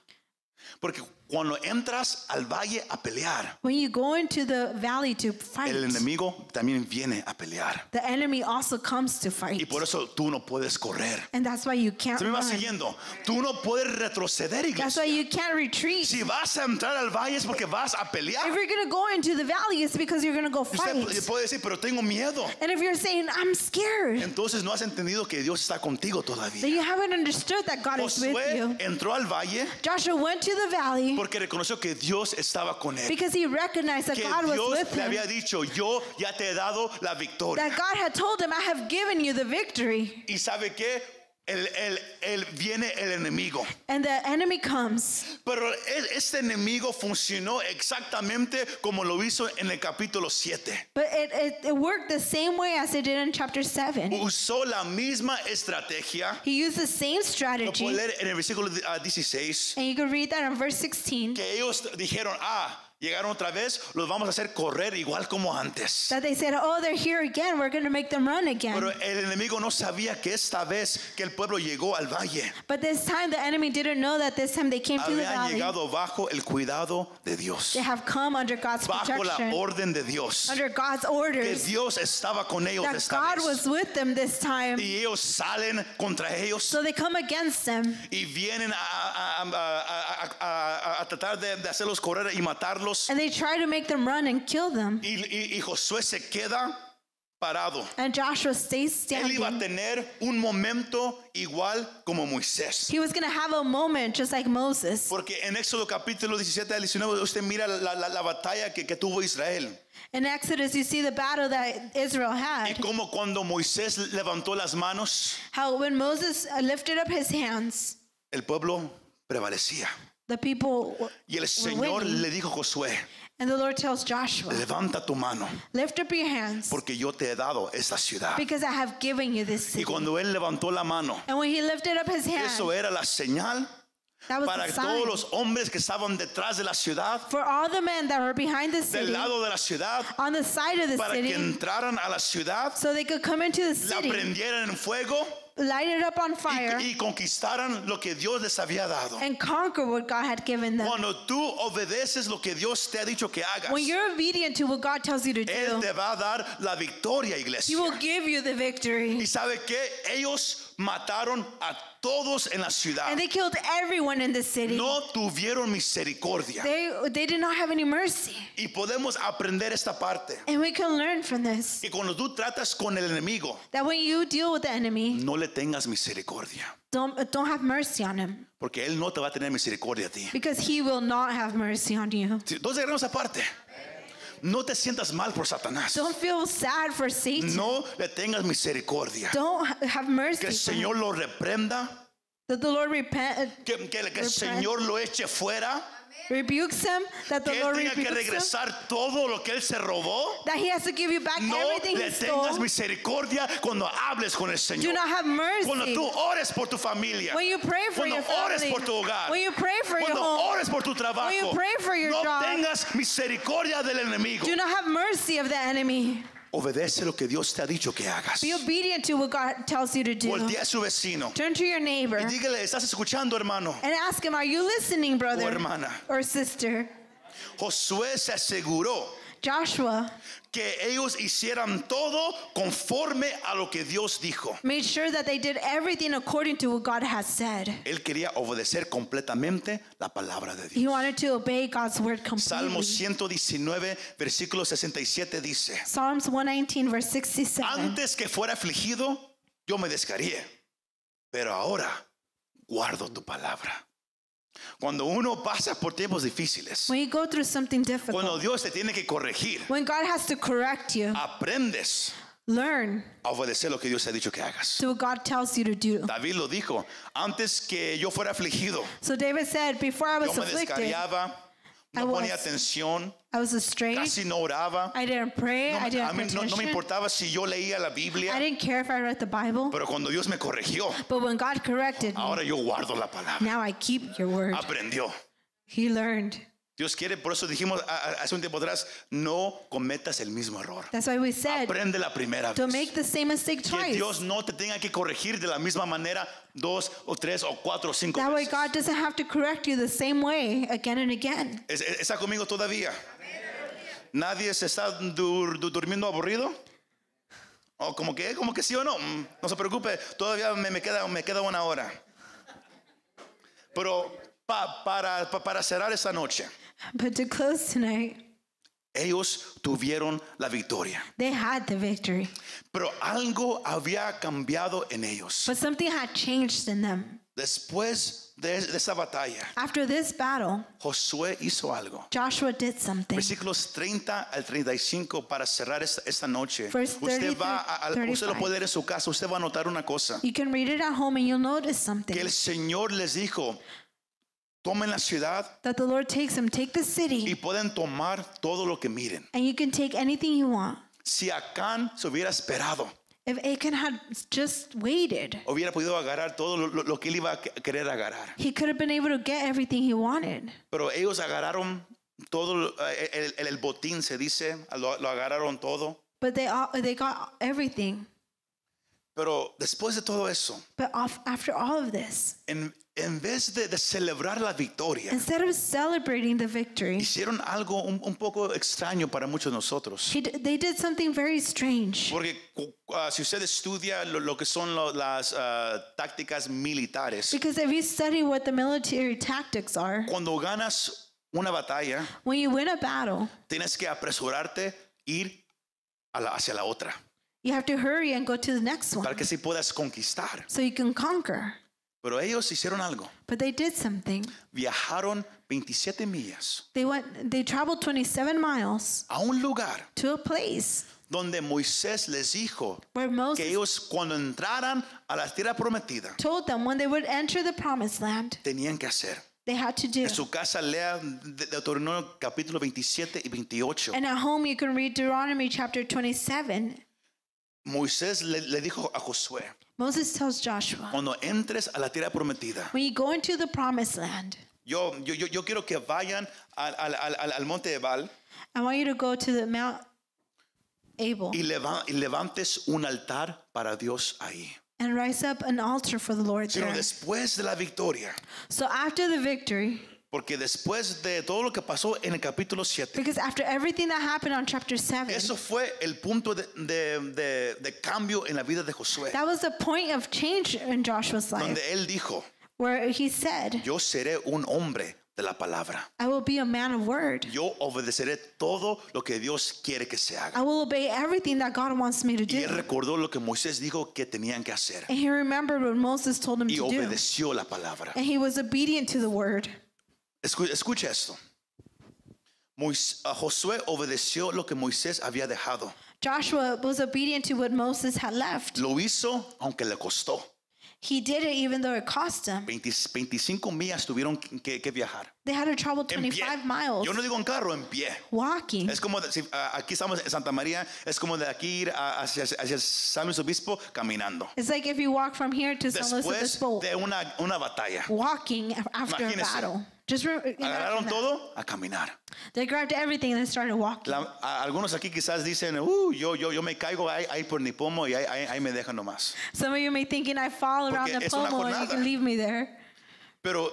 Speaker 2: Porque cuando entras al valle a pelear,
Speaker 3: When you go into the valley to fight,
Speaker 2: el enemigo también viene a pelear.
Speaker 3: the enemy also comes to fight.
Speaker 2: Y por eso tú no puedes correr.
Speaker 3: And that's why you can't
Speaker 2: Se me va
Speaker 3: run.
Speaker 2: siguiendo. Tú no puedes retroceder,
Speaker 3: That's
Speaker 2: iglesia.
Speaker 3: why you can't retreat.
Speaker 2: Si vas a entrar al valle es porque vas a
Speaker 3: If
Speaker 2: pelear.
Speaker 3: you're going to go into the valley, it's because you're going to go
Speaker 2: Y
Speaker 3: fight.
Speaker 2: Usted pu- puede decir, pero tengo miedo.
Speaker 3: And if you're saying, I'm scared,
Speaker 2: Entonces no has entendido que Dios está contigo
Speaker 3: then
Speaker 2: todavía.
Speaker 3: you haven't understood that God is with
Speaker 2: Josué
Speaker 3: you.
Speaker 2: entró al valle
Speaker 3: Joshua went to the valley
Speaker 2: porque reconoció que Dios estaba con él.
Speaker 3: because he recognized that
Speaker 2: Que
Speaker 3: God was with
Speaker 2: Dios le
Speaker 3: him.
Speaker 2: había dicho, yo ya te he dado la victoria.
Speaker 3: That God had told him, I have given you the victory.
Speaker 2: Y sabe que el, el- el- viene el enemigo.
Speaker 3: And the enemy comes.
Speaker 2: Pero e- este enemigo funcionó exactamente como lo hizo en el capítulo 7.
Speaker 3: But it, it, it worked the same way as it did in chapter 7.
Speaker 2: usó la misma estrategia.
Speaker 3: He used the same
Speaker 2: Lo
Speaker 3: strategy.
Speaker 2: puedo leer en el versículo ah, 16.
Speaker 3: And you can read that in verse 16.
Speaker 2: Que ellos dijeron, ah, llegaron otra vez, los vamos a hacer correr igual como antes.
Speaker 3: That they said, Oh, they're here again. We're going to make them run
Speaker 2: Pero
Speaker 3: again.
Speaker 2: el enemigo no sabía que esta vez que el pueblo llegó al valle,
Speaker 3: But this time, the enemy didn't know that this time they came to the
Speaker 2: habían
Speaker 3: valley.
Speaker 2: llegado bajo el cuidado de Dios,
Speaker 3: They have come under God's
Speaker 2: bajo la
Speaker 3: protection,
Speaker 2: orden de Dios.
Speaker 3: under God's
Speaker 2: Que
Speaker 3: orders.
Speaker 2: Dios estaba con ellos
Speaker 3: That
Speaker 2: esta
Speaker 3: God
Speaker 2: vez.
Speaker 3: was with them this time.
Speaker 2: Y ellos salen contra ellos
Speaker 3: So they come against them.
Speaker 2: y vienen a, a- a- a- a- a- a- a tratar de- de hacerlos correr y matarlos.
Speaker 3: And they try to make them run and kill them.
Speaker 2: Y, y- y Josué se queda parado.
Speaker 3: And Joshua stays
Speaker 2: Él iba a
Speaker 3: standing.
Speaker 2: tener un momento igual como Moisés.
Speaker 3: He was going to have a moment just like Moses.
Speaker 2: Porque en Éxodo capítulo 17 al 19 usted mira la, la- la batalla que, que tuvo Israel.
Speaker 3: In Exodus, you see the battle that Israel
Speaker 2: Y
Speaker 3: had.
Speaker 2: como cuando Moisés levantó las manos,
Speaker 3: How when Moses uh, lifted up his hands,
Speaker 2: el pueblo prevalecía.
Speaker 3: the people, w-
Speaker 2: Y el Señor
Speaker 3: winning.
Speaker 2: le dijo a Josué,
Speaker 3: and the Lord tells Joshua,
Speaker 2: levanta tu mano,
Speaker 3: lift up your hands
Speaker 2: porque yo te he dado esta ciudad.
Speaker 3: because I have given you this
Speaker 2: Y
Speaker 3: city.
Speaker 2: cuando él levantó la mano,
Speaker 3: And when he lifted up his hand,
Speaker 2: eso era la señal
Speaker 3: that was
Speaker 2: para
Speaker 3: the sign
Speaker 2: todos los hombres que estaban detrás de la ciudad,
Speaker 3: for all the men that were behind the
Speaker 2: del
Speaker 3: city,
Speaker 2: lado de la ciudad,
Speaker 3: on the side of the
Speaker 2: para que
Speaker 3: city,
Speaker 2: entraran a la ciudad,
Speaker 3: so they could come into the
Speaker 2: la
Speaker 3: city,
Speaker 2: prendieran en fuego
Speaker 3: light it up on fire,
Speaker 2: y, y conquistaran lo que Dios les había dado.
Speaker 3: and conquer what God had given them.
Speaker 2: Cuando tú obedeces lo que Dios te ha dicho que hagas,
Speaker 3: When you're obedient to what God tells you to
Speaker 2: Él
Speaker 3: do,
Speaker 2: te va a dar la victoria,
Speaker 3: He
Speaker 2: iglesia.
Speaker 3: will give you the victory.
Speaker 2: Y sabe que ellos mataron a todos en la ciudad.
Speaker 3: And they killed everyone in the city.
Speaker 2: No tuvieron misericordia.
Speaker 3: They they did not have any mercy.
Speaker 2: Y podemos aprender esta parte.
Speaker 3: And we can learn from this
Speaker 2: Que cuando tú tratas con el enemigo,
Speaker 3: that when you deal with the enemy,
Speaker 2: no le tengas misericordia.
Speaker 3: don't don't have mercy on him
Speaker 2: Porque él no te va a tener misericordia a ti.
Speaker 3: because he will not have mercy on you.
Speaker 2: Sí, Entonces, agarramos esa parte. No te sientas mal por Satanás.
Speaker 3: Don't feel sad for Satan.
Speaker 2: No le tengas misericordia.
Speaker 3: Don't ha- have mercy.
Speaker 2: Que el
Speaker 3: for him.
Speaker 2: Señor lo reprenda.
Speaker 3: That the Lord repent, uh,
Speaker 2: Que, que- que el Señor lo eche fuera.
Speaker 3: rebukes him. That the
Speaker 2: Que él
Speaker 3: Lord
Speaker 2: tenga que
Speaker 3: rebukes him.
Speaker 2: regresar todo lo que él se robó.
Speaker 3: That he has to give you back
Speaker 2: No
Speaker 3: everything
Speaker 2: le
Speaker 3: he stole.
Speaker 2: tengas misericordia cuando hables con el
Speaker 3: Do
Speaker 2: Señor.
Speaker 3: not have
Speaker 2: Cuando
Speaker 3: mercy.
Speaker 2: tú ores por tu familia.
Speaker 3: When you pray for
Speaker 2: Cuando
Speaker 3: your
Speaker 2: ores
Speaker 3: family.
Speaker 2: por tu hogar.
Speaker 3: When you pray for your
Speaker 2: Cuando
Speaker 3: home.
Speaker 2: ores por tu trabajo.
Speaker 3: When you pray for your
Speaker 2: no
Speaker 3: job.
Speaker 2: tengas misericordia del enemigo.
Speaker 3: Do not have mercy of the enemy.
Speaker 2: Obedece lo que Dios te ha dicho que hagas.
Speaker 3: Be obedient to what God tells you to do.
Speaker 2: Voltea a su vecino
Speaker 3: Turn to your neighbor
Speaker 2: y
Speaker 3: and
Speaker 2: dígale, ¿estás escuchando, hermano?
Speaker 3: ask him, Are you listening,
Speaker 2: O
Speaker 3: brother
Speaker 2: hermana.
Speaker 3: or sister?
Speaker 2: Josué se aseguró
Speaker 3: Joshua
Speaker 2: que ellos hicieran todo conforme a lo que Dios dijo.
Speaker 3: made sure that they did everything according to what God has said.
Speaker 2: Él quería obedecer completamente la palabra de
Speaker 3: He
Speaker 2: Dios.
Speaker 3: wanted to obey God's word
Speaker 2: Salmo
Speaker 3: completely.
Speaker 2: 119, versículo 67 dice,
Speaker 3: Psalms 119, verse 67.
Speaker 2: antes que fuera afligido, yo me descarrié, pero ahora guardo tu palabra. Cuando uno pasa por tiempos difíciles,
Speaker 3: When you go through something
Speaker 2: cuando Ah.
Speaker 3: difficult,
Speaker 2: Dios te tiene que corregir,
Speaker 3: when God has to correct you,
Speaker 2: aprendes
Speaker 3: learn
Speaker 2: a obedecer lo que Dios te ha dicho que hagas.
Speaker 3: to what God tells you to do.
Speaker 2: David lo dijo, antes que yo fuera afligido,
Speaker 3: So David said, Before I
Speaker 2: yo
Speaker 3: was
Speaker 2: me
Speaker 3: afflicted,
Speaker 2: descarriaba,
Speaker 3: Pues I
Speaker 2: no
Speaker 3: was-
Speaker 2: ponía atención,
Speaker 3: I was estranged.
Speaker 2: casi no oraba,
Speaker 3: I didn't pray.
Speaker 2: no,
Speaker 3: I
Speaker 2: me- a
Speaker 3: didn't
Speaker 2: mí no- no me
Speaker 3: petition.
Speaker 2: importaba si yo leía la Biblia,
Speaker 3: I didn't care if I read the Bible.
Speaker 2: pero cuando Dios me corrigió,
Speaker 3: But when God corrected me,
Speaker 2: ahora yo guardo la palabra.
Speaker 3: now I keep your word.
Speaker 2: Aprendió.
Speaker 3: He learned.
Speaker 2: Dios quiere, por eso dijimos a- a- hace un tiempo atrás, no cometas el mismo error.
Speaker 3: That's why we said,
Speaker 2: Aprende la primera vez.
Speaker 3: don't make the same mistake
Speaker 2: Que
Speaker 3: twice.
Speaker 2: Dios no te tenga que corregir de la misma manera dos o tres o cuatro o cinco
Speaker 3: That way,
Speaker 2: veces.
Speaker 3: God doesn't have to correct you the same way again and again.
Speaker 2: Es- es- ¿Está conmigo todavía? ¿Nadie se está dur- du- durmiendo aburrido? ¿O como que, como que sí o no? Mm, No se preocupe, todavía me, me queda, me queda una hora. Pero pa- para, pa- para cerrar esta noche,
Speaker 3: But to close tonight,
Speaker 2: ellos tuvieron la victoria.
Speaker 3: they had the victory.
Speaker 2: Pero algo había cambiado en ellos.
Speaker 3: But something had changed in them.
Speaker 2: Después de, de esa batalla,
Speaker 3: After this battle,
Speaker 2: Josué hizo algo.
Speaker 3: Joshua did something.
Speaker 2: Versículos 30 al 35 para cerrar esta, esta noche.
Speaker 3: Verse
Speaker 2: usted
Speaker 3: 30
Speaker 2: va a, a- usted lo
Speaker 3: 35.
Speaker 2: puede leer en su casa, usted va a notar una cosa,
Speaker 3: You can read it at home and you'll notice something.
Speaker 2: que el Señor les dijo, tomen la ciudad
Speaker 3: That the Lord takes them, take the
Speaker 2: y
Speaker 3: city,
Speaker 2: pueden tomar todo lo que miren.
Speaker 3: and you can take anything you want.
Speaker 2: Si Acán se hubiera esperado,
Speaker 3: If Achan had just waited,
Speaker 2: hubiera podido agarrar todo lo, lo- lo que él iba a que- querer agarrar.
Speaker 3: he could have been able to get everything he wanted.
Speaker 2: Pero ellos agarraron todo lo- el, el- el botín, se dice, lo, lo agarraron todo.
Speaker 3: But they all, they got everything.
Speaker 2: Pero después de todo eso,
Speaker 3: But off, after all of this,
Speaker 2: en, en vez de, de celebrar la victoria,
Speaker 3: instead of celebrating the victory,
Speaker 2: hicieron algo un, un poco extraño para muchos de nosotros.
Speaker 3: he d- they did something very strange.
Speaker 2: Porque cu- ah, si usted estudia lo, lo que son lo- las ah, tácticas militares,
Speaker 3: Because if you study what the military tactics are,
Speaker 2: cuando ganas una batalla,
Speaker 3: when you win a battle,
Speaker 2: tienes que apresurarte, ir a la- hacia la otra.
Speaker 3: You have to hurry and go to the next one
Speaker 2: para que sí puedas conquistar.
Speaker 3: so you can conquer.
Speaker 2: Pero ellos hicieron algo.
Speaker 3: But they did something.
Speaker 2: Viajaron 27 millas
Speaker 3: They went they traveled 27 miles
Speaker 2: a un lugar
Speaker 3: to a place
Speaker 2: donde Moisés les dijo
Speaker 3: where
Speaker 2: que
Speaker 3: Moses
Speaker 2: ellos cuando entraran a la tierra prometida
Speaker 3: told them when they would enter the promised land,
Speaker 2: tenían que hacer.
Speaker 3: they had to do.
Speaker 2: En su casa lean de- Deuteronomio capítulo 27 y 28.
Speaker 3: And at home you can read Deuteronomy chapter 27.
Speaker 2: Moisés le, le dijo a Josué,
Speaker 3: Moses tells Joshua,
Speaker 2: cuando entres a la tierra prometida,
Speaker 3: when you go into the promised land,
Speaker 2: yo, yo, yo, yo quiero que vayan al, al- al- al- al monte de Baal
Speaker 3: I want you to go to the Mount Abel
Speaker 2: y, leva- y levantes un altar para Dios ahí.
Speaker 3: and rise up an altar for the Lord
Speaker 2: Sino
Speaker 3: there.
Speaker 2: después de la victoria,
Speaker 3: So after the victory,
Speaker 2: porque después de todo lo que pasó en el capítulo 7,
Speaker 3: because after everything that happened on chapter 7,
Speaker 2: eso fue el punto de, de- de- de cambio en la vida de Josué,
Speaker 3: that was the point of change in Joshua's life,
Speaker 2: donde él dijo,
Speaker 3: where he said,
Speaker 2: yo seré un hombre de la palabra.
Speaker 3: I will be a man of word.
Speaker 2: Yo obedeceré todo lo que Dios quiere que se haga.
Speaker 3: I will obey everything that God wants me to
Speaker 2: Y él
Speaker 3: do.
Speaker 2: recordó lo que Moisés dijo que tenían que hacer.
Speaker 3: And he remembered what Moses told him
Speaker 2: Y
Speaker 3: to do.
Speaker 2: obedeció la palabra.
Speaker 3: And he was obedient to the word.
Speaker 2: Escu- Escucha esto. Mois- a Josué obedeció lo que Moisés había dejado.
Speaker 3: Joshua was obedient to what Moses had left.
Speaker 2: Lo hizo aunque le costó.
Speaker 3: He did it even though it cost him.
Speaker 2: 20 25 millas tuvieron que, que viajar.
Speaker 3: They had to travel
Speaker 2: En pie.
Speaker 3: 25 miles
Speaker 2: Yo no digo en carro, en pie.
Speaker 3: walking.
Speaker 2: Es como de- si, ah, aquí estamos en Santa María, es como de aquí ir a- hacia, hacia San Luis Obispo caminando.
Speaker 3: It's like if you walk from here to San Luis
Speaker 2: Después
Speaker 3: Obispo
Speaker 2: de una, una batalla.
Speaker 3: walking af- after a
Speaker 2: Imagínese.
Speaker 3: battle. Just re- imagine
Speaker 2: Agarraron
Speaker 3: that.
Speaker 2: todo a caminar.
Speaker 3: They grabbed everything and they started walking.
Speaker 2: La- a- algunos aquí quizás dicen, "Uh, yo, yo, yo me caigo ahí, ahí por mi pomo y ahí, ahí- ahí me dejan nomás.
Speaker 3: Some of you may thinking I fall around the
Speaker 2: Porque es una
Speaker 3: pomo and you
Speaker 2: jornada.
Speaker 3: can leave me there.
Speaker 2: Pero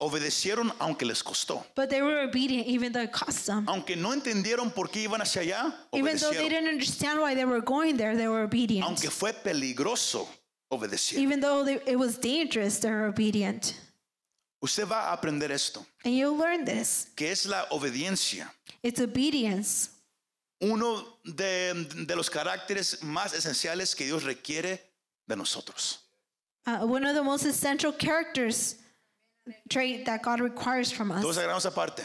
Speaker 2: obedecieron aunque les costó.
Speaker 3: But they were obedient even though it cost them.
Speaker 2: Aunque no entendieron por qué iban hacia allá,
Speaker 3: Even though they
Speaker 2: obedecieron.
Speaker 3: didn't understand why they were going there, they were obedient.
Speaker 2: Aunque fue peligroso, obedecieron.
Speaker 3: Even though they, it was dangerous, they were obedient.
Speaker 2: Usted va a aprender esto,
Speaker 3: And you'll learn this.
Speaker 2: que es la obediencia.
Speaker 3: It's obedience.
Speaker 2: Uno de, de los caracteres más esenciales que Dios requiere de nosotros.
Speaker 3: Uh, one of the most essential characters trait that God requires from
Speaker 2: Todos
Speaker 3: us.
Speaker 2: agarramos aparte.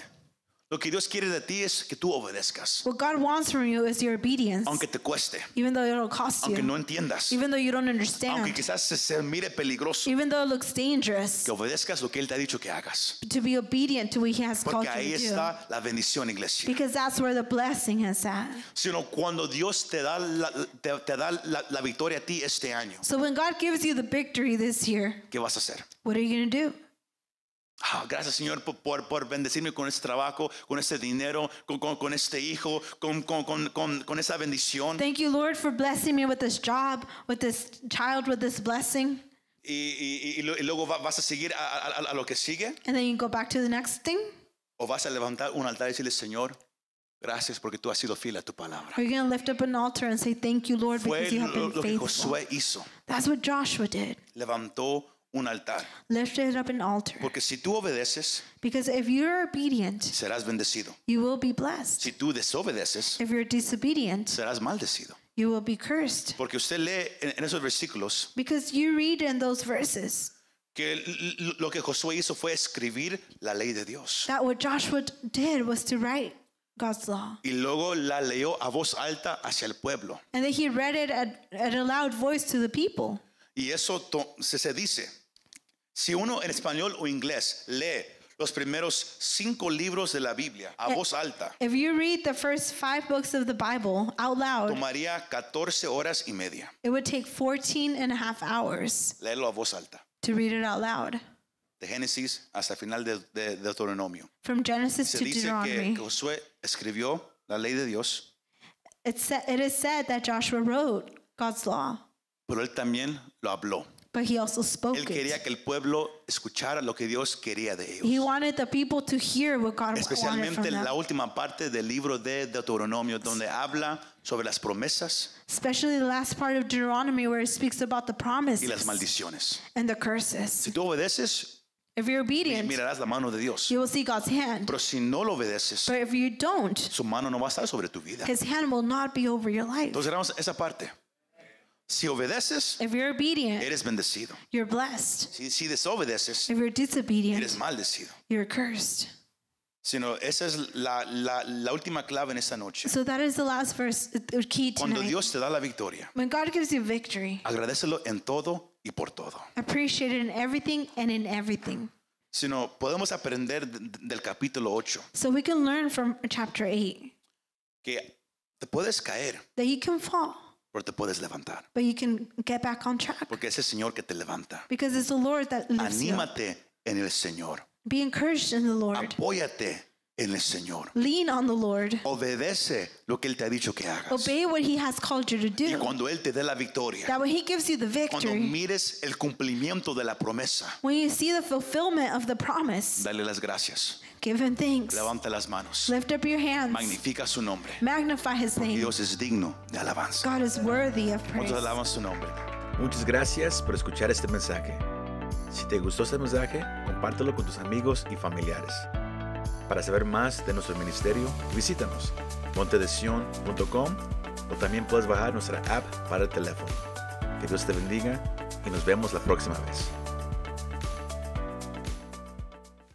Speaker 2: Lo que Dios quiere de ti es que tú obedezcas,
Speaker 3: What God wants from you is your obedience,
Speaker 2: aunque te cueste,
Speaker 3: even though it'll cost
Speaker 2: aunque
Speaker 3: you,
Speaker 2: no entiendas.
Speaker 3: even though you don't
Speaker 2: aunque
Speaker 3: understand,
Speaker 2: quizás se, se mire peligroso,
Speaker 3: even though it looks dangerous,
Speaker 2: que obedezcas lo que Él te ha dicho que hagas.
Speaker 3: to be obedient to what He has called
Speaker 2: Porque ahí
Speaker 3: you to do.
Speaker 2: está la bendición, iglesia.
Speaker 3: Because that's where the blessing is at.
Speaker 2: Sino cuando Dios te da la, te, te da la, la victoria a ti este año,
Speaker 3: So when God gives you the victory this year,
Speaker 2: ¿qué vas a hacer?
Speaker 3: what are you going to do?
Speaker 2: Ah, gracias Señor por, por, por bendecirme con este trabajo, con este dinero, con, con, con este hijo, con, con, con, con, con esa bendición.
Speaker 3: Thank you, Lord, for blessing me with this job, with this child, with this blessing.
Speaker 2: Y, y- y- y lo- y luego va- vas a seguir a, a- a- a lo que sigue
Speaker 3: And then you go back to the next thing.
Speaker 2: o vas a levantar un altar y decirle Señor, gracias porque tú has sido fiel a tu palabra.
Speaker 3: Are you going to lift up an altar and say, Thank you, Lord,
Speaker 2: Fue
Speaker 3: because you have
Speaker 2: lo,
Speaker 3: been
Speaker 2: lo que
Speaker 3: faithful?
Speaker 2: Josué hizo.
Speaker 3: That's what Joshua did.
Speaker 2: levantó un altar.
Speaker 3: Lifted up an altar.
Speaker 2: Porque si tú obedeces,
Speaker 3: Because if you're obedient,
Speaker 2: serás bendecido.
Speaker 3: you will be blessed.
Speaker 2: Si tú desobedeces,
Speaker 3: If you're disobedient,
Speaker 2: serás maldecido.
Speaker 3: you will be cursed.
Speaker 2: Porque usted lee en, en esos versículos
Speaker 3: Because you read in those verses
Speaker 2: que l- l- lo que Josué hizo fue escribir la ley de Dios.
Speaker 3: that what Joshua d- did was to write God's law.
Speaker 2: Y luego la leyó a voz alta hacia el pueblo.
Speaker 3: And then he read it at, at a loud voice to the people.
Speaker 2: Y eso to- se, se dice. Si uno en español o inglés lee los primeros cinco libros de la Biblia
Speaker 3: Eh,
Speaker 2: a voz alta,
Speaker 3: If you read the first five books of the Bible out loud,
Speaker 2: tomaría 14 horas y media
Speaker 3: it would take 14 and a half hours
Speaker 2: leerlo a voz alta.
Speaker 3: to read it out loud.
Speaker 2: De Génesis hasta el final de, de- de Deuteronomio.
Speaker 3: From Genesis
Speaker 2: se
Speaker 3: to
Speaker 2: dice que
Speaker 3: Deuteronomy,
Speaker 2: Josué escribió la ley de Dios,
Speaker 3: it, sa- it is said that Joshua wrote God's law,
Speaker 2: pero él también lo habló.
Speaker 3: but he also spoke
Speaker 2: Él
Speaker 3: it.
Speaker 2: quería que el pueblo escuchara lo que Dios quería de
Speaker 3: He
Speaker 2: ellos.
Speaker 3: wanted the people to hear what God wanted from
Speaker 2: Especialmente la
Speaker 3: them,
Speaker 2: última parte del libro de Deuteronomio, donde habla sobre las promesas
Speaker 3: especially the last part of Deuteronomy where it speaks about the
Speaker 2: y las
Speaker 3: promises
Speaker 2: maldiciones.
Speaker 3: and the curses.
Speaker 2: Si tú obedeces,
Speaker 3: If you're
Speaker 2: y
Speaker 3: obedient,
Speaker 2: mirarás la mano de Dios.
Speaker 3: you will see God's hand.
Speaker 2: Pero si no lo obedeces,
Speaker 3: But if you don't,
Speaker 2: su mano no va a estar sobre tu vida.
Speaker 3: His hand will not be over your life.
Speaker 2: Entonces éramos esa parte. Si obedeces,
Speaker 3: If you're obedient,
Speaker 2: eres bendecido.
Speaker 3: you're blessed.
Speaker 2: Si, si desobedeces,
Speaker 3: If you're
Speaker 2: eres
Speaker 3: disobedient,
Speaker 2: maldecido.
Speaker 3: you're cursed.
Speaker 2: Sino esa es la, la- la última clave en esta noche.
Speaker 3: So that is the last verse, uh, key
Speaker 2: Cuando
Speaker 3: tonight.
Speaker 2: Dios te da la victoria,
Speaker 3: When God gives you victory,
Speaker 2: agradecelo en todo y por todo.
Speaker 3: appreciate it in everything and in everything.
Speaker 2: Sino podemos aprender de- de- del capítulo 8
Speaker 3: So we can learn from chapter 8
Speaker 2: que te puedes caer,
Speaker 3: that you can fall,
Speaker 2: pero te puedes levantar.
Speaker 3: but you can get back on track
Speaker 2: Porque es el Señor que te levanta.
Speaker 3: because it's the Lord that lifts you. up.
Speaker 2: Anímate en el Señor.
Speaker 3: Be encouraged in the Lord.
Speaker 2: Apóyate en el Señor.
Speaker 3: Lean on the Lord.
Speaker 2: Obedece lo que Él te ha dicho que hagas.
Speaker 3: Obey what He has called you to
Speaker 2: Y
Speaker 3: do.
Speaker 2: cuando Él te dé la victoria,
Speaker 3: That when He gives you the
Speaker 2: cuando
Speaker 3: victory,
Speaker 2: mires el cumplimiento de la promesa,
Speaker 3: when you see the fulfillment of the promise,
Speaker 2: dale las gracias.
Speaker 3: give Him thanks.
Speaker 2: Levanta las manos.
Speaker 3: Lift up your hands.
Speaker 2: Magnifica su nombre.
Speaker 3: Magnify His name.
Speaker 2: Dios es digno de alabanza.
Speaker 3: God is worthy of praise.
Speaker 2: ¿Cuántos alaban su nombre?
Speaker 1: Muchas gracias por escuchar este mensaje. Si te gustó este mensaje, compártelo con tus amigos y familiares. Para saber más de nuestro ministerio, visítanos montedesion.com o también puedes bajar nuestra app para el teléfono. Que Dios te bendiga y nos vemos la próxima vez.